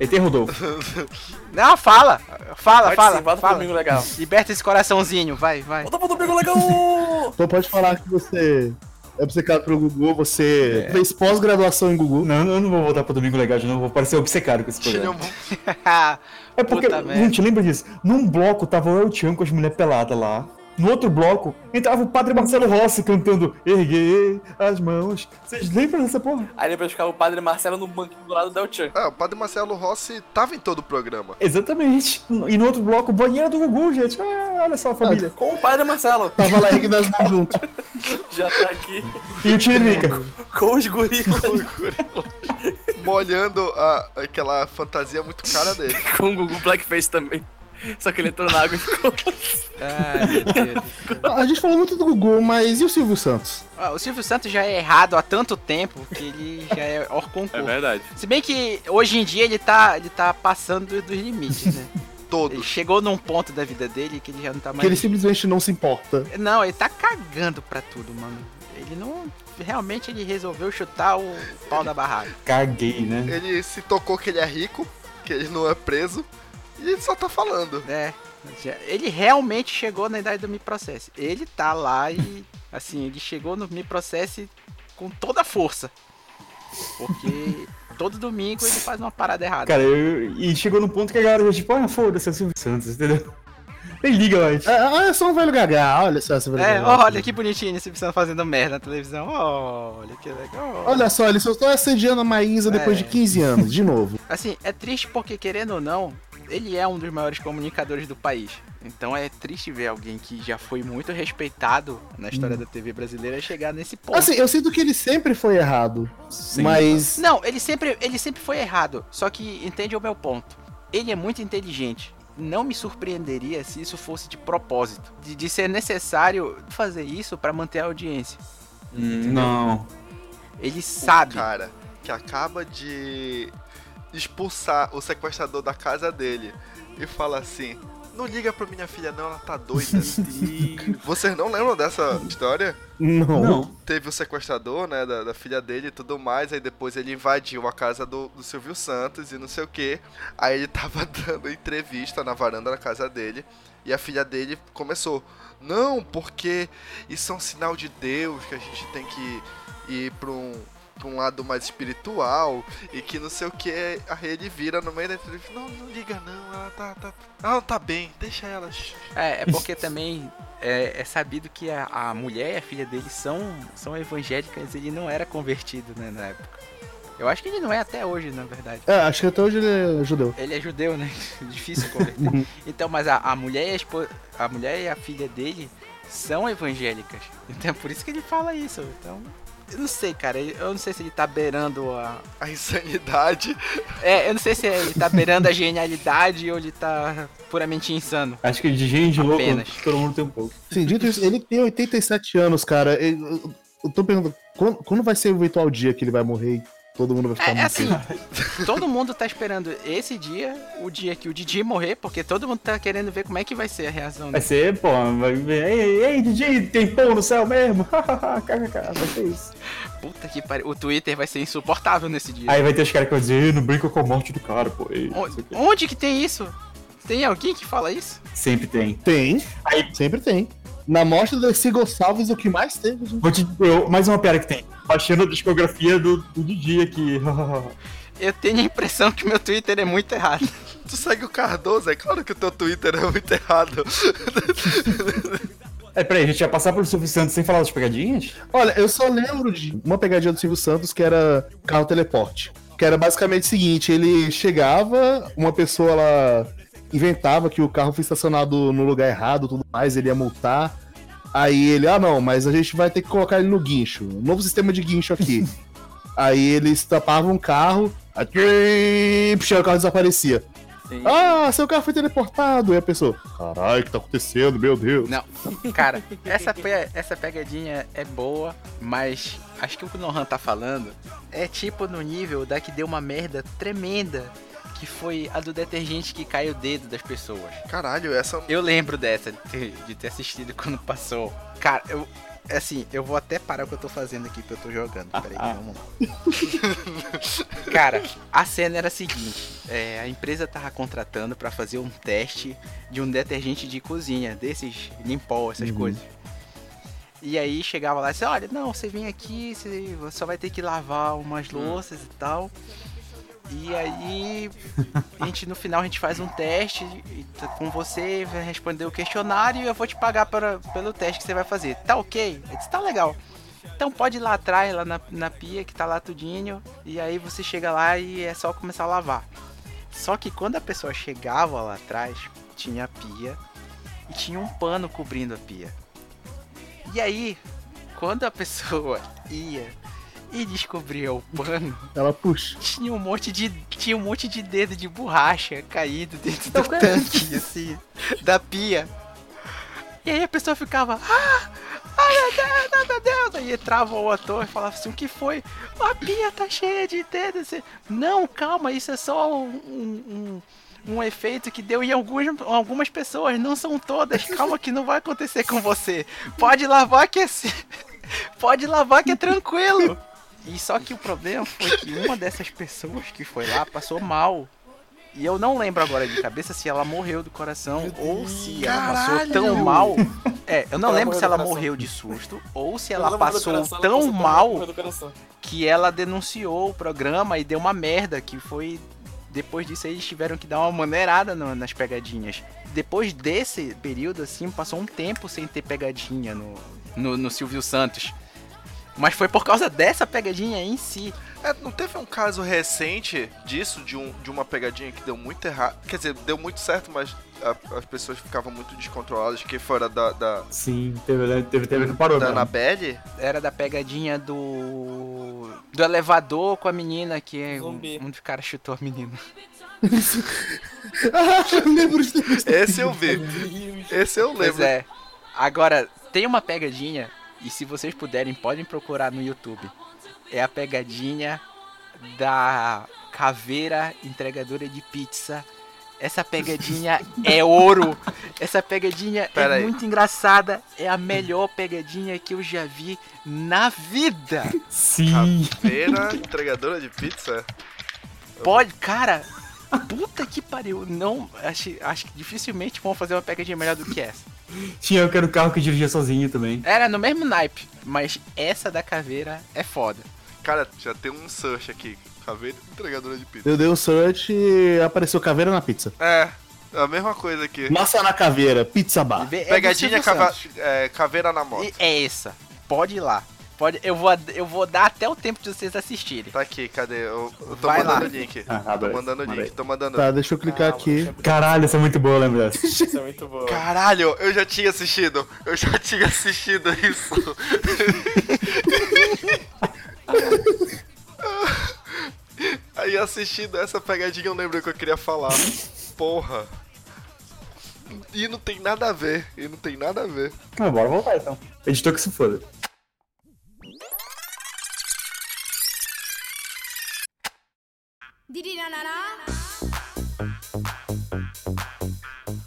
Speaker 4: E tem Rodolfo.
Speaker 9: Não, Ah, fala. Fala,
Speaker 8: Pode
Speaker 9: fala.
Speaker 8: sim, volta pro
Speaker 9: fala.
Speaker 8: domingo legal.
Speaker 9: Liberta esse coraçãozinho, vai, vai.
Speaker 8: Volta pro domingo legal!
Speaker 5: Então pode falar que você é obcecado pelo Gugu, você fez pós-graduação em Gugu.
Speaker 4: Não, eu não vou voltar pro Domingo Legal de novo, vou parecer obcecado com esse programa.
Speaker 9: Ah,
Speaker 4: É porque,
Speaker 9: Puta merda.
Speaker 4: gente, lembra disso? Num bloco tava o El Chan com as mulheres peladas lá. No outro bloco, entrava o padre Marcelo Rossi cantando Erguei as mãos. Vocês lembram dessa porra?
Speaker 8: Aí depois ficava o padre Marcelo no banco do lado do El Chan.
Speaker 3: Ah, o Padre Marcelo Rossi tava em todo o programa.
Speaker 4: Exatamente. E no outro bloco, banheira do Gugu, gente. Ah, olha só a família.
Speaker 8: Com o padre Marcelo,
Speaker 5: Tava lá erguendo as mãos junto.
Speaker 8: já tá aqui.
Speaker 4: Ah, E o Tiririca.
Speaker 8: Com os gorilas.
Speaker 3: Molhando a- aquela fantasia muito cara dele.
Speaker 8: Com o Gugu Blackface também. Só que ele entrou na água e ficou.
Speaker 9: Ai, meu Deus.
Speaker 5: A gente falou muito do Gugu, mas e o Silvio Santos?
Speaker 9: Ah, o Silvio Santos já é errado há tanto tempo que ele já é hors
Speaker 6: É
Speaker 9: concurso.
Speaker 6: verdade.
Speaker 9: Se bem que hoje em dia ele tá, ele tá passando do- dos limites, né? Ele
Speaker 3: Todos.
Speaker 9: chegou num ponto da vida dele que ele já não tá mais.
Speaker 5: Que ele simplesmente não se importa.
Speaker 9: Não, ele tá cagando pra tudo, mano. Ele não. Realmente ele resolveu chutar o pau da barraca.
Speaker 4: Caguei, né?
Speaker 3: Ele se tocou que ele é rico, que ele não é preso, e ele só tá falando.
Speaker 9: É. já- Ele realmente chegou na idade do Me Processe. Ele tá lá e. Assim, ele chegou no Me Processe com toda a força. Porque todo domingo ele faz uma parada errada.
Speaker 4: Cara, eu- e chegou no ponto que a galera já, tipo, ah, foda-se, é o Silvio Santos, entendeu? Nem liga mais.
Speaker 5: Ah, olha só um velho gaga, olha só esse velho
Speaker 9: É,
Speaker 5: gaga.
Speaker 9: olha que bonitinho esse Simpsons fazendo merda na televisão. Olha que legal.
Speaker 5: Olha só, ele só tá assediando a Maísa depois
Speaker 9: É.
Speaker 5: de 15 anos, de novo.
Speaker 9: Assim, é triste porque, querendo ou não, ele é um dos maiores comunicadores do país. Então é triste ver alguém que já foi muito respeitado na história da TV brasileira chegar nesse ponto.
Speaker 5: Assim, eu sinto que ele sempre foi errado, mas...
Speaker 9: Não, ele sempre, ele sempre foi errado. Só que entende o meu ponto. Ele é muito inteligente. Não me surpreenderia se isso fosse de propósito. De, de ser necessário fazer isso pra manter a audiência.
Speaker 4: Não.
Speaker 9: Ele sabe.
Speaker 3: O cara que acaba de expulsar o sequestrador da casa dele e fala assim: Não liga pra minha filha, não, ela tá doida. Vocês não lembram dessa história?
Speaker 5: Não.
Speaker 4: Não.
Speaker 3: Teve o sequestrador, né, da, da filha dele e tudo mais, aí depois ele invadiu a casa do, do Silvio Santos e não sei o que. Aí ele tava dando entrevista na varanda da casa dele e a filha dele começou: Não, porque isso é um sinal de Deus que a gente tem que ir pra um, pra um lado mais espiritual e que não sei o que. Aí ele vira no meio da entrevista: Não, não liga não, ela tá, tá, ela não tá bem, deixa ela.
Speaker 9: É, é porque também é, é sabido que a, a mulher e a filha dele são, são evangélicas ele não era convertido né, na época. Eu acho que ele não é até hoje, na verdade.
Speaker 5: É, acho que até hoje ele é judeu.
Speaker 9: Ele é judeu, né? Difícil converter. Então, mas a, a mulher e a, espo- a mulher e a filha dele são evangélicas. Então é por isso que ele fala isso. Então, eu não sei, cara. Eu não sei se ele tá beirando a.
Speaker 3: A insanidade.
Speaker 9: É, eu não sei se ele tá beirando a genialidade ou ele tá puramente insano.
Speaker 4: Acho que de gente louco,
Speaker 9: Apenas.
Speaker 4: todo mundo tem um pouco.
Speaker 5: Sim, dito isso, ele tem 87 anos, cara. Eu, eu- eu tô perguntando, quando, quando vai ser o eventual dia que ele vai morrer e todo mundo vai ficar
Speaker 9: É, é
Speaker 5: muito
Speaker 9: assim,
Speaker 5: feliz?
Speaker 9: todo mundo tá esperando esse dia, o dia que o Didi morrer, porque todo mundo tá querendo ver como é que vai ser a reação
Speaker 4: Vai
Speaker 9: dele.
Speaker 4: ser, pô, vai ver. Ei, ei, DJ, tem pão no céu mesmo? KKK, vai ser isso.
Speaker 9: Puta que pariu. O Twitter vai ser insuportável nesse dia.
Speaker 4: Aí vai ter os caras que vão dizer, "Ih, não brinca com a morte do cara, pô. ei, não sei o
Speaker 9: Onde,
Speaker 4: quê."
Speaker 9: onde que tem isso? Tem alguém que fala isso?
Speaker 4: Sempre tem.
Speaker 5: Tem, sempre tem. Na mostra do Ercy Gonçalves, o que mais teve, gente.
Speaker 4: Vou te eu, mais uma piada que tem. Baixando a discografia do, do Didi aqui.
Speaker 9: Eu tenho a impressão que meu Twitter é muito errado.
Speaker 3: Tu segue o Cardoso, é claro que o teu Twitter é muito errado.
Speaker 4: é, peraí, a gente ia passar pelo Silvio Santos sem falar das pegadinhas?
Speaker 5: Olha, eu só lembro de uma pegadinha do Silvio Santos que era carro teleporte. Que era basicamente o seguinte: ele chegava, uma pessoa ela inventava que o carro foi estacionado no lugar errado tudo mais, ele ia multar. Aí ele, ah não, mas a gente vai ter que colocar ele no guincho. Um novo sistema de guincho aqui. Aí eles tapavam um carro, aí, puxaram o carro e desaparecia.
Speaker 8: assim.
Speaker 5: Ah, seu carro foi teleportado! E a pessoa, caralho, o que tá acontecendo? Meu Deus!
Speaker 9: Não, cara, essa, pe- essa pegadinha é boa, mas acho que o que o Nohan tá falando é tipo no nível da que deu uma merda tremenda, que foi a do detergente que cai o dedo das pessoas.
Speaker 3: Caralho, essa.
Speaker 9: Eu lembro dessa, de ter, de ter assistido quando passou. Cara, eu. Assim, eu vou até parar o que eu tô fazendo aqui, porque eu tô jogando. Peraí, vamos lá. Cara, a cena era a seguinte: é, a empresa tava contratando pra fazer um teste de um detergente de cozinha, desses limpol, essas coisas. E aí chegava lá e disse: Olha, não, você vem aqui, você só vai ter que lavar umas louças e tal. E aí a gente no final a gente faz um teste e tá com você, vai responder o questionário e eu vou te pagar para, pelo teste que você vai fazer. Tá ok? Eu disse, tá legal. Então pode ir lá atrás, lá na, na pia que tá lá tudinho, e aí você chega lá e é só começar a lavar. Só que quando a pessoa chegava lá atrás, tinha a pia e tinha um pano cobrindo a pia. E aí, quando a pessoa ia e descobria o pano,
Speaker 5: Ela puxa.
Speaker 9: tinha um monte de tinha um monte de dedo de borracha caído dentro do tanque assim da pia e aí a pessoa ficava ah ai meu Deus ai, meu Deus aí entrava o ator e falava assim o que foi a pia tá cheia de dedo assim, não calma isso é só um, um- um- um efeito que deu em algumas, algumas pessoas, não são todas. Calma que não vai acontecer com você. Pode lavar que é se- pode lavar que é tranquilo. E só que o problema foi que uma dessas pessoas que foi lá passou mal. E eu não lembro agora de cabeça se ela morreu do coração ou se ela passou tão mal. É, eu não
Speaker 8: Ela morreu
Speaker 9: lembro se
Speaker 8: do
Speaker 9: ela
Speaker 8: coração.
Speaker 9: morreu de susto ou se
Speaker 8: Eu
Speaker 9: ela
Speaker 8: lembro do
Speaker 9: passou
Speaker 8: coração, ela
Speaker 9: tão
Speaker 8: passou
Speaker 9: mal
Speaker 8: lembro do coração.
Speaker 9: que ela denunciou o programa e deu uma merda, que foi. Depois disso, eles tiveram que dar uma maneirada no- nas pegadinhas. Depois desse período, assim, passou um tempo sem ter pegadinha no, no, no Silvio Santos. Mas foi por causa dessa pegadinha em si.
Speaker 3: É, não teve um caso recente disso, de, um, de uma pegadinha que deu muito errado. Quer dizer, deu muito certo, mas a- as pessoas ficavam muito descontroladas, que fora da. da,
Speaker 4: Sim, teve, né, teve, teve que parou.
Speaker 3: da
Speaker 4: né? mano.
Speaker 3: Annabelle?
Speaker 9: Era da pegadinha do. Do elevador com a menina, que é um,
Speaker 8: Zumbi.
Speaker 9: um dos caras chutou a menina.
Speaker 5: Ah, eu
Speaker 4: é
Speaker 5: lembro disso.
Speaker 3: Esse eu vi. Esse eu
Speaker 9: Pois
Speaker 3: lembro.
Speaker 9: é. Agora, tem uma pegadinha, e se vocês puderem, podem procurar no YouTube. É a pegadinha da caveira entregadora de pizza. Essa pegadinha é ouro. Essa pegadinha
Speaker 3: Pera
Speaker 9: é
Speaker 3: aí.
Speaker 9: muito engraçada. É a melhor pegadinha que eu já vi na vida.
Speaker 4: Sim.
Speaker 3: Feira, entregadora de pizza.
Speaker 9: Pode, cara. Puta que pariu. Não, acho, acho que dificilmente vão fazer uma pegadinha melhor do que essa.
Speaker 4: Tinha que era o carro que dirigia sozinho também.
Speaker 9: Era no mesmo naipe, mas essa da caveira é foda.
Speaker 3: Cara, já tem um search aqui. Caveira, entregadora de pizza.
Speaker 5: Eu dei um search e apareceu caveira na pizza.
Speaker 3: É, a mesma coisa aqui.
Speaker 5: Massa na caveira, pizza
Speaker 9: E
Speaker 5: bar.
Speaker 9: vê- é do
Speaker 3: Pegadinha
Speaker 9: Silvio
Speaker 3: cava-
Speaker 9: Santos.
Speaker 3: é, caveira na moto.
Speaker 9: E é essa. Pode ir lá. Pode, eu, vou, eu vou dar até o tempo de vocês assistirem.
Speaker 3: Tá aqui, cadê? Eu, eu tô
Speaker 9: Vai
Speaker 3: mandando
Speaker 9: lá.
Speaker 3: o link.
Speaker 4: Ah,
Speaker 3: Tô
Speaker 4: abre.
Speaker 3: mandando o
Speaker 4: Manda
Speaker 3: link,
Speaker 4: aí.
Speaker 3: tô mandando.
Speaker 5: Tá, deixa eu clicar
Speaker 8: Ah,
Speaker 5: aqui.
Speaker 4: Caralho, essa é muito boa, lembra dessa?
Speaker 8: Isso é muito bom.
Speaker 3: Caralho, eu já tinha assistido. Eu já tinha assistido isso. Aí assistindo essa pegadinha eu lembro que eu queria falar. Porra. E não tem nada a ver, e não tem nada a ver.
Speaker 4: Ah, bora voltar então. Editor que se foda.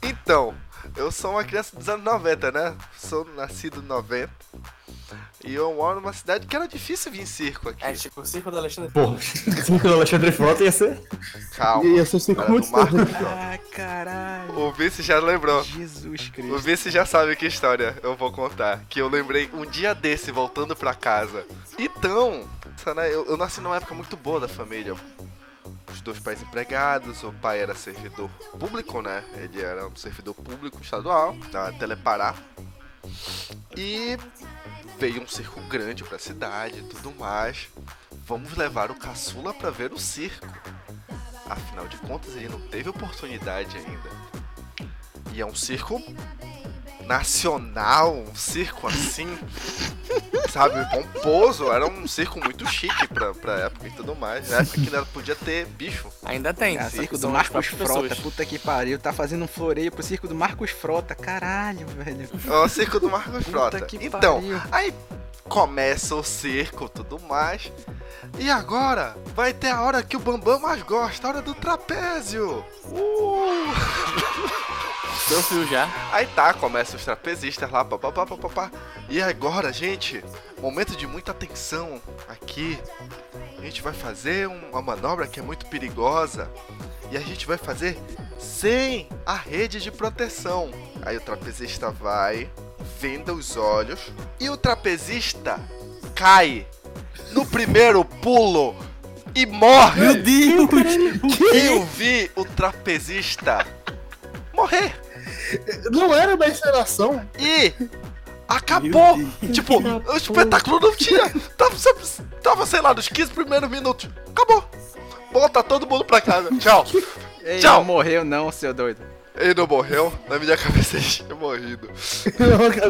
Speaker 3: Então, eu sou uma criança dos anos 90, né? Sou nascido em 90. E eu moro numa cidade que era difícil vir em circo aqui.
Speaker 8: É, tipo, o circo do Alexandre.
Speaker 4: Porra, se o Alexandre Frota ia ser.
Speaker 3: Calma.
Speaker 5: E eu sou cinco
Speaker 3: Era do
Speaker 5: minutos.
Speaker 3: Marco
Speaker 9: Ah, caralho.
Speaker 3: O vice já lembrou.
Speaker 9: Jesus
Speaker 3: O
Speaker 9: Cristo.
Speaker 3: vice já sabe que história eu vou contar. Que eu lembrei um dia desse, voltando pra casa. Então, sabe, né, eu, eu nasci numa época muito boa da família. Os dois pais empregados, o pai era servidor público, né? Ele era um servidor público estadual, da Telepará. E veio um circo grande pra cidade e tudo mais. Vamos levar o caçula pra ver o circo. Afinal de contas, ele não teve oportunidade ainda. E é um circo nacional, um circo assim, sabe, pomposo. Era um circo muito chique pra, pra época e tudo mais. né? Na época que não podia ter bicho.
Speaker 8: Ainda tem. só
Speaker 9: Cara,
Speaker 8: que
Speaker 9: circo do
Speaker 8: são
Speaker 9: Marcos
Speaker 8: quatro
Speaker 9: Frota,
Speaker 8: pessoas.
Speaker 9: puta que pariu, tá fazendo um floreio pro circo do Marcos Frota, caralho, velho.
Speaker 3: É o circo do Marcos Frota.
Speaker 9: Puta que
Speaker 3: Então,
Speaker 9: pariu.
Speaker 3: aí começa o circo e tudo mais. E agora vai ter a hora que o Bambam mais gosta, a hora do trapézio. Uh!
Speaker 8: Seu fio já.
Speaker 3: Aí tá, começa os trapezistas lá, papapá, papapá. E agora, gente, momento de muita tensão aqui. A gente vai fazer um- uma manobra que é muito perigosa. E a gente vai fazer sem a rede de proteção. Aí o trapezista vai, venda os olhos. E o trapezista cai no primeiro pulo e morre. Meu Deus! Eu vi o trapezista morrer.
Speaker 5: Não era da encenação.
Speaker 3: E acabou! Tipo, o espetáculo não tinha. Tava, tava, sei lá, nos 15 primeiros minutos. Acabou! Bota todo mundo pra casa. Tchau!
Speaker 9: Ei,
Speaker 3: Tchau.
Speaker 9: não morreu não, seu doido.
Speaker 3: Ele não morreu, na minha cabeça ele tinha morrido.
Speaker 5: Não, cara,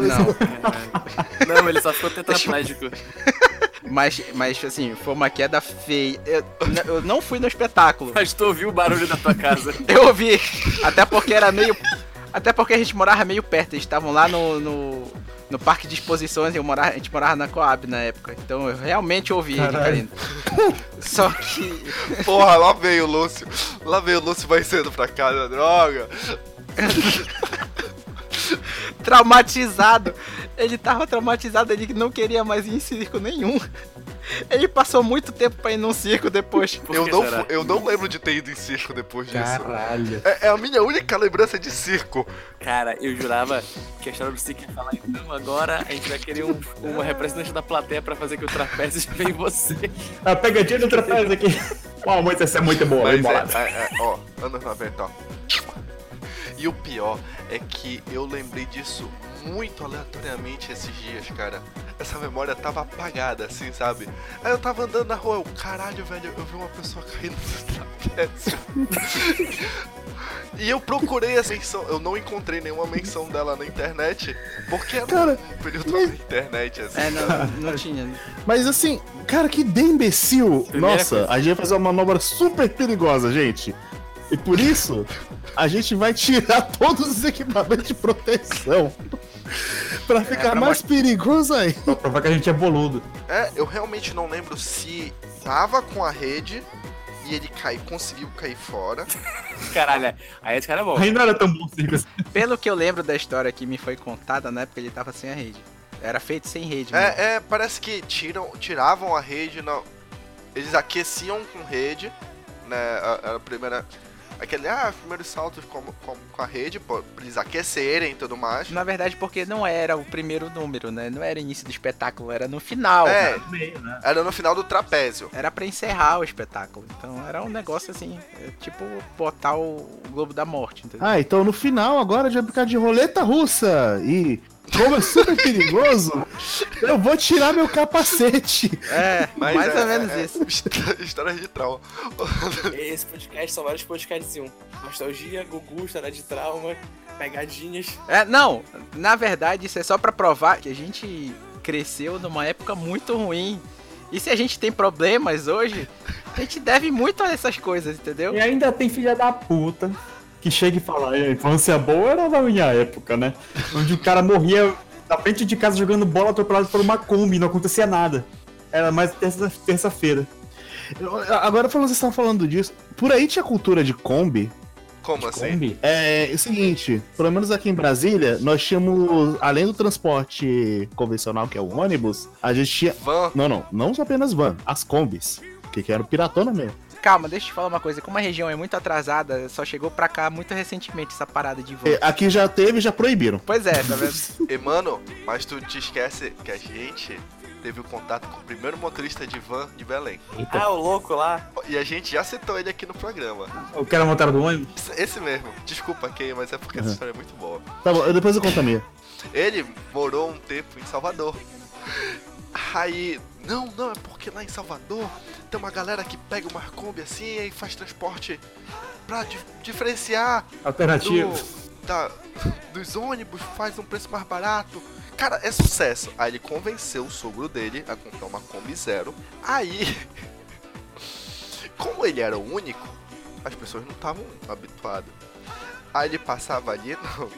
Speaker 9: Não,
Speaker 8: Não, ele só ficou tetraplégico.
Speaker 9: mas, mas assim, foi uma queda feia. Eu, n- eu não fui no espetáculo,
Speaker 8: Mas tu ouviu o barulho da tua casa.
Speaker 9: eu ouvi, até porque era meio... Até porque a gente morava meio perto, eles estavam lá no, no, no parque de exposições e eu morava, a gente morava na Coab na época. Então eu realmente ouvi ele caindo. Só que
Speaker 3: Porra, lá veio o Lúcio. Lá veio o Lúcio vai cedo pra casa, droga.
Speaker 9: traumatizado. Ele tava traumatizado, ele não queria mais ir em circo nenhum. Ele passou muito tempo pra ir num circo depois.
Speaker 3: Eu não, fu- eu não lembro de ter ido em circo depois disso.
Speaker 4: Caralho.
Speaker 3: É, é a minha única lembrança de circo.
Speaker 8: Cara, eu jurava que a história do Stick ia falar, então agora a gente vai querer um, uma representante da plateia pra fazer que o trapézio vem em você.
Speaker 4: A pegadinha do trapézio aqui. Uau, muito, essa é muito boa, bem
Speaker 3: Mas é,
Speaker 4: bolada.
Speaker 3: é, é, ó, anos 90, ó. E o pior é que eu lembrei disso muito aleatoriamente esses dias, cara. Essa memória tava apagada, assim, sabe? Aí eu tava andando na rua, eu, caralho, velho, eu vi uma pessoa caindo do trapézio. e eu procurei essa menção, eu não encontrei nenhuma menção dela na internet, porque era
Speaker 5: Cara,
Speaker 3: um período
Speaker 5: mas-
Speaker 3: da internet, assim.
Speaker 9: É, não, não tinha.
Speaker 5: Mas assim, cara, que ideia imbecil.
Speaker 8: Primeira
Speaker 5: Nossa,
Speaker 8: coisa.
Speaker 5: a gente vai fazer uma manobra super perigosa, gente. E por isso, a gente vai tirar todos os equipamentos de proteção. Pra
Speaker 8: É,
Speaker 5: ficar mais perigoso aí.
Speaker 4: Pra provar que a gente é boludo.
Speaker 3: É, eu realmente não lembro se tava com a rede e ele cai, conseguiu cair fora.
Speaker 8: Caralho, aí esse cara é bom.
Speaker 4: Ainda era tão Tá bom circo assim.
Speaker 9: Pelo que eu lembro da história que me foi contada, na época ele tava sem a rede. Era feito sem rede. né? mesmo.
Speaker 3: É, é, parece que tiram, tiravam a rede, não. Eles aqueciam com rede, né? a- Era a, primeira. Aquele, ah, primeiro salto com, com, com a rede, pô, pra eles aquecerem e tudo mais.
Speaker 9: Na verdade, porque não era o primeiro número, né? Não era início do espetáculo, era no final.
Speaker 3: É,
Speaker 9: né?
Speaker 3: era no final do trapézio.
Speaker 9: Era pra encerrar o espetáculo. Então era um negócio assim, é tipo botar o Globo da Morte, entendeu?
Speaker 5: Ah, então no final agora a gente vai brincar de roleta russa. E como é super perigoso, eu vou tirar meu capacete.
Speaker 9: É,
Speaker 3: Mas
Speaker 9: mais
Speaker 3: é-
Speaker 9: ou menos
Speaker 3: é-
Speaker 9: isso.
Speaker 3: História de trauma.
Speaker 8: Esse podcast são vários podcasts em um. Nostalgia, Gugu, história de trauma, pegadinhas.
Speaker 9: É, não, na verdade isso é só pra provar que a gente cresceu numa época muito ruim E se a gente tem problemas hoje, a gente deve muito a essas coisas, entendeu?
Speaker 4: E ainda tem filha da puta que chega e fala, "É, a infância boa era da minha época, né? Onde o cara morria na frente de casa jogando bola atropelado por uma Kombi, e não acontecia nada. Era mais terça- terça-feira.
Speaker 5: Eu- Agora falando, vocês estão falando disso. Por aí tinha cultura de Kombi.
Speaker 3: Como assim?
Speaker 4: Kombi?
Speaker 5: É, é o seguinte, pelo menos aqui em Brasília, nós tínhamos, além do transporte convencional, que é o ônibus, a gente tinha.
Speaker 3: Van.
Speaker 5: Não, não, não só apenas van, as combis. Que, que era piratona mesmo.
Speaker 9: Calma, deixa eu te falar uma coisa. Como a região é muito atrasada, só chegou pra cá muito recentemente essa parada de voo.
Speaker 5: É, Aqui já teve, já proibiram.
Speaker 9: Pois é, tá vendo?
Speaker 3: E mano, mas tu te esquece que a gente teve o contato com o primeiro motorista de van de Belém.
Speaker 8: Ah, o louco lá.
Speaker 3: E a gente já citou ele aqui no programa.
Speaker 4: O cara montaram do ônibus?
Speaker 3: Esse- Esse mesmo. Desculpa, Kay, mas é porque essa história é muito boa.
Speaker 5: Tá bom, eu- depois eu conto a minha.
Speaker 3: Ele morou um tempo em Salvador. Aí, não, não, é porque lá em Salvador tem uma galera que pega uma Kombi assim e faz transporte pra di- diferenciar
Speaker 4: Alternativo.
Speaker 3: do- da- tá, dos ônibus, faz um preço mais barato. Cara, é sucesso. Aí ele convenceu o sogro dele a comprar uma Kombi Zero. Aí, como ele era o único, as pessoas não estavam habituadas. Aí ele passava ali no,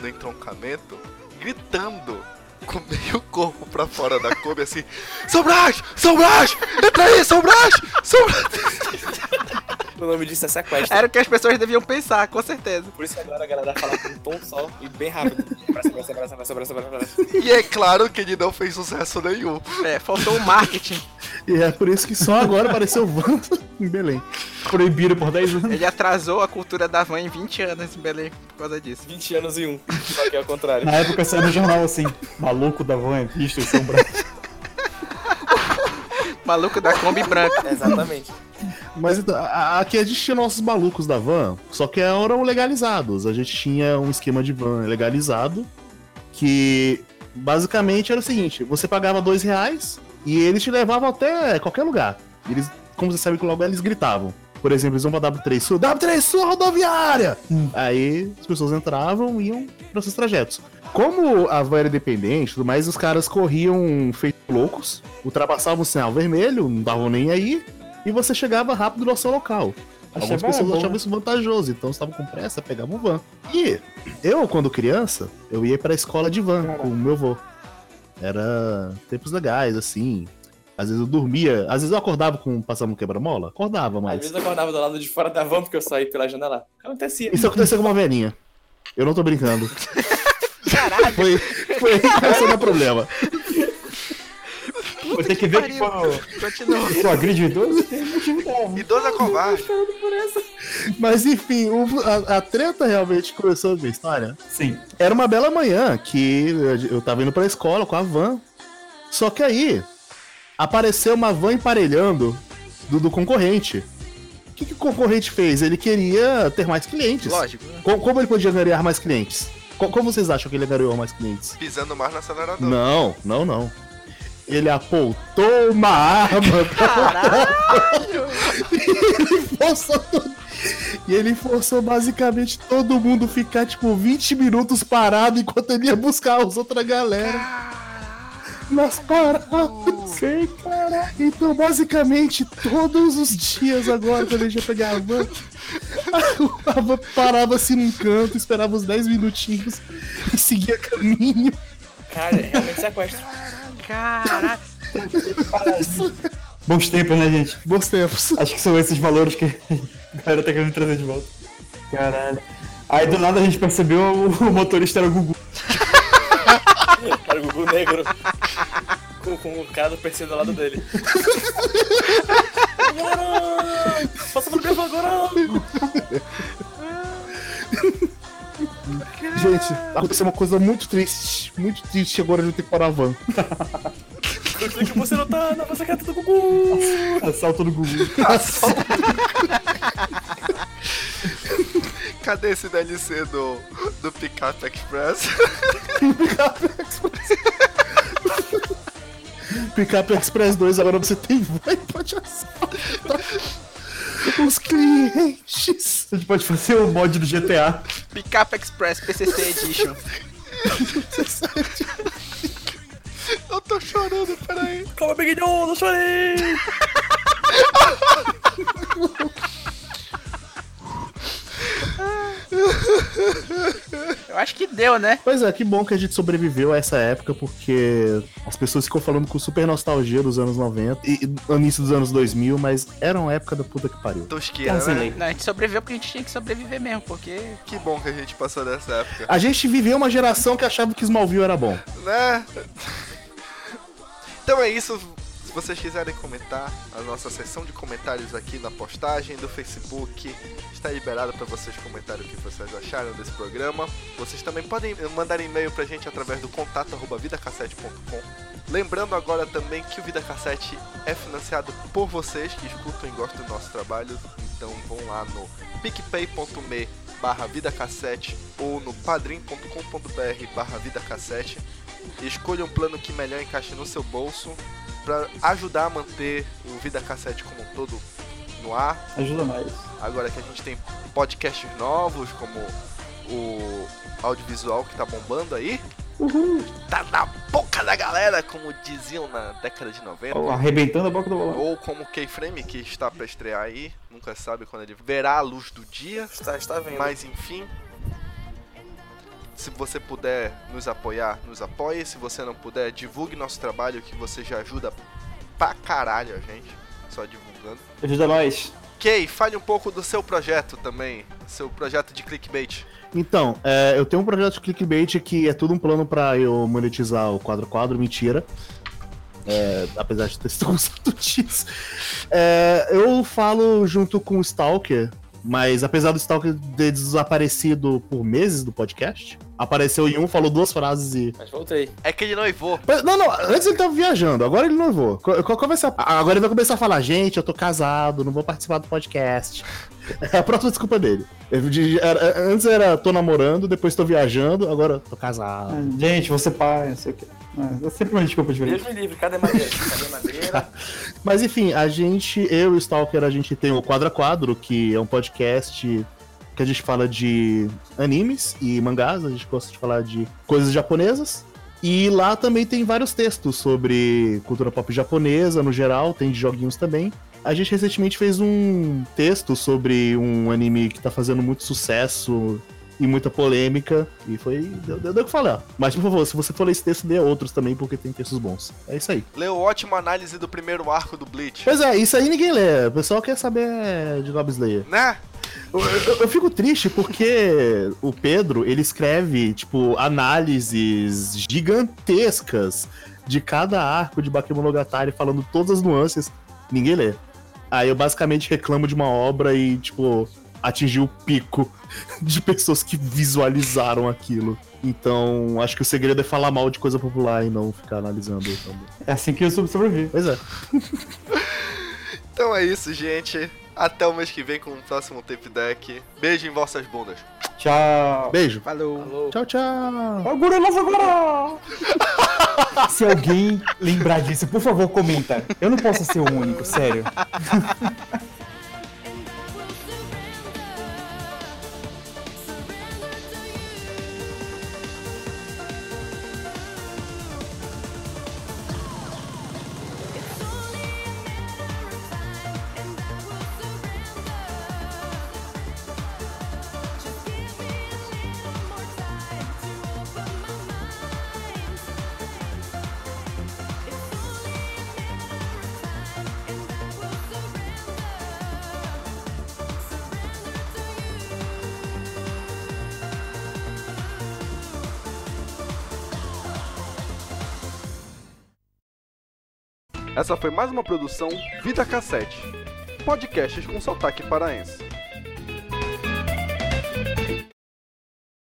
Speaker 3: no entroncamento, gritando com meio corpo pra fora da Kombi, assim: São Brás! São Brás! Entra aí, São Brás! São Brás!
Speaker 8: O nome disso é sequestro.
Speaker 9: Era o que as pessoas deviam pensar, com certeza.
Speaker 8: Por isso que agora a galera fala com um tom só e bem rápido. Abraça, abraça, abraça, abraça, abraça, abraça.
Speaker 3: E é claro que ele não fez sucesso nenhum.
Speaker 9: É, faltou o marketing.
Speaker 5: E é por isso que só agora apareceu van em Belém.
Speaker 4: Proibiram por 10 anos.
Speaker 9: Ele atrasou a cultura da van em 20 anos em Belém por causa disso.
Speaker 8: 20 anos e um. Só que é o contrário.
Speaker 4: Na época saiu no jornal assim, maluco da van é visto em São Branco.
Speaker 9: Maluco da Kombi branca.
Speaker 8: Exatamente.
Speaker 5: Mas então, a- a- aqui a gente tinha nossos malucos da van, só que eram legalizados. A gente tinha um esquema de van legalizado, que basicamente era o seguinte: você pagava dois reais e eles te levavam até qualquer lugar. Eles, como você sabe que logo eles gritavam. Por exemplo, eles vão pra W3 Sul, W3 Sul rodoviária!
Speaker 4: Hum.
Speaker 5: Aí as pessoas entravam e iam para seus trajetos. Como a van era independente e tudo mais, os caras corriam feito loucos, ultrapassavam o sinal vermelho, não davam nem aí, e você chegava rápido ao seu local. Algumas
Speaker 4: Achava
Speaker 5: pessoas
Speaker 4: bom.
Speaker 5: achavam isso vantajoso, então estavam com pressa, pegavam o van. E eu, quando criança, eu ia pra escola de van com o meu avô. Era tempos legais, assim. Às vezes eu dormia, às vezes eu acordava com passava um quebra-mola, acordava,
Speaker 8: Às
Speaker 5: mas
Speaker 8: vezes eu acordava do lado de fora da van porque eu saí pela janela. Acontecia.
Speaker 5: isso aconteceu com uma velhinha. Eu não tô brincando. Caralho! Foi, foi aí que começou a dar problema.
Speaker 4: Vou ter que ver que
Speaker 9: Continua.
Speaker 4: foi o agrididor tem motivo dela.
Speaker 3: Idoso é covarde.
Speaker 5: Mas enfim, o- a, a treta realmente começou a minha história.
Speaker 4: Sim.
Speaker 5: Era uma bela manhã que eu- eu tava indo pra escola com a van. Só que aí apareceu uma van emparelhando do, do concorrente. O que, que o concorrente fez? Ele queria ter mais clientes.
Speaker 9: Lógico.
Speaker 5: Co- Como ele podia ganhar mais clientes? Co- Como vocês acham que ele ganhou mais clientes?
Speaker 3: Pisando mais no acelerador.
Speaker 5: Não, não, não. Ele apontou uma arma
Speaker 9: Caralho!
Speaker 5: forçou todo- E ele forçou basicamente todo mundo ficar, tipo, 20 minutos parado enquanto ele ia buscar os outra galera. Nas paradas. Sei, cara. Então, basicamente, todos os dias agora, quando ele ia pegar a van, a van parava assim num canto, esperava uns 10 minutinhos e seguia caminho.
Speaker 8: Cara, é realmente sequestro.
Speaker 9: Caralho!
Speaker 4: Bons tempos, né, gente?
Speaker 5: Bons tempos.
Speaker 4: Acho que são esses valores que a galera tá querendo trazer de volta. Caralho. Aí do nada a gente percebeu o, o motorista era o Gugu.
Speaker 8: Era o Gugu negro. Com, com o cara do PC do lado dele. Agora! Passa pro meu agora!
Speaker 5: Ah, Gente, aconteceu uma coisa muito triste. Muito triste agora de eu ter que parar a van.
Speaker 8: Eu sei que você não tá na nossa cara do Gugu!
Speaker 4: Assalto do Gugu.
Speaker 3: Cadê esse DLC do, do Pickup Express?
Speaker 5: Pickup Express 2, agora você tem vai pode assaltar os clientes.
Speaker 4: A gente pode fazer o mod do GTA.
Speaker 9: Pickup Express PCC Edition.
Speaker 3: Eu tô chorando, peraí.
Speaker 8: Calma, Big John, não chorei!
Speaker 9: Eu acho que deu, né?
Speaker 5: Pois é, que bom que a gente sobreviveu a essa época, porque as pessoas ficam falando com super nostalgia dos anos 90 e e início dos anos 2000, mas era uma época da puta que pariu.
Speaker 3: Tosqueira, né?
Speaker 9: Não, a gente sobreviveu porque a gente tinha que sobreviver mesmo, porque
Speaker 3: Que bom que a gente passou dessa época.
Speaker 5: A gente viveu uma geração que achava que Smallville era bom.
Speaker 3: né? Então é isso. Se vocês quiserem comentar, a nossa seção de comentários aqui na postagem do Facebook está liberada para vocês comentarem o que vocês acharam desse programa. Vocês também podem mandar e-mail pra gente através do contato arroba vidacassete.com. Lembrando agora também que o Vida Cassete é financiado por vocês que escutam e gostam do nosso trabalho. Então vão lá no picpay.me barra vidacassete ou no padrim.com.br barra vidacassete e escolha um plano que melhor encaixe no seu bolso para ajudar a manter o Vida Cassete como um todo no ar.
Speaker 4: Ajuda mais.
Speaker 3: Agora que a gente tem podcasts novos, como o audiovisual que tá bombando aí. Tá na boca da galera, como diziam na década de 90.
Speaker 4: Ó, Arrebentando a boca do balão.
Speaker 3: Ou como o Keyframe, que está para estrear aí, nunca sabe quando ele verá a luz do dia.
Speaker 8: Está, está vendo.
Speaker 3: Mas enfim. Se você puder nos apoiar, nos apoie. Se você não puder, divulgue nosso trabalho que você já ajuda pra caralho a gente. Só divulgando.
Speaker 4: Ajuda nós.
Speaker 3: Kay, fale um pouco do seu projeto também. Seu projeto de clickbait.
Speaker 5: Então, é, eu tenho um projeto de clickbait que é tudo um plano pra eu monetizar o quadro quadro, mentira. É, apesar de ter gostado disso. É, eu falo junto com o Stalker, mas apesar do Stalker ter desaparecido por meses do podcast, apareceu em um, falou duas frases e.
Speaker 8: Mas voltei.
Speaker 3: É que ele noivou.
Speaker 5: Mas, Não, não, antes ele tava viajando, agora ele não vou. Qual, qual qual vai ser a- Agora ele vai começar a falar, gente, eu tô casado, não vou participar do podcast. É a próxima desculpa dele. Ele de- era- antes era tô namorando, depois tô viajando, agora tô casado.
Speaker 4: Gente, você pai, não sei o quê. É, é sempre uma desculpa
Speaker 8: Deus
Speaker 4: diferente.
Speaker 8: me livre, cadê madeira? Cadê madeira?
Speaker 5: Mas enfim, a gente, eu e o Stalker, a gente tem o Quadra Quadro, que é um podcast que a gente fala de animes e mangás, a gente gosta de falar de coisas japonesas. E lá também tem vários textos sobre cultura pop japonesa no geral, tem de joguinhos também. A gente recentemente fez um texto sobre um anime que tá fazendo muito sucesso e muita polêmica, e foi. deu deu- deu o que falar. Mas por favor, se você for ler esse texto, lê outros também, porque tem textos bons. É isso aí.
Speaker 3: Leu ótima análise do primeiro arco do Bleach.
Speaker 5: Pois é, isso aí ninguém lê. O pessoal quer saber de Gob Slayer.
Speaker 3: Né?
Speaker 5: Eu, eu- eu fico triste porque o Pedro, ele escreve, tipo, análises gigantescas de cada arco de Bakemonogatari, falando todas as nuances. Ninguém lê. Aí eu basicamente reclamo de uma obra e, tipo, atingi o pico de pessoas que visualizaram aquilo. Então, acho que o segredo é falar mal de coisa popular e não ficar analisando. também.
Speaker 4: É assim que eu soube sobreviver.
Speaker 5: Pois é.
Speaker 3: Então é isso, gente. Até o mês que vem com o próximo tape deck. Beijo em vossas bundas.
Speaker 4: Tchau.
Speaker 5: Beijo.
Speaker 9: Falou.
Speaker 5: Tchau, tchau.
Speaker 4: Agora nossa agora! Se alguém lembrar disso, por favor, comenta. Eu não posso ser o único, sério.
Speaker 3: Essa foi mais uma produção Vida Cassete. Podcasts com sotaque paraense.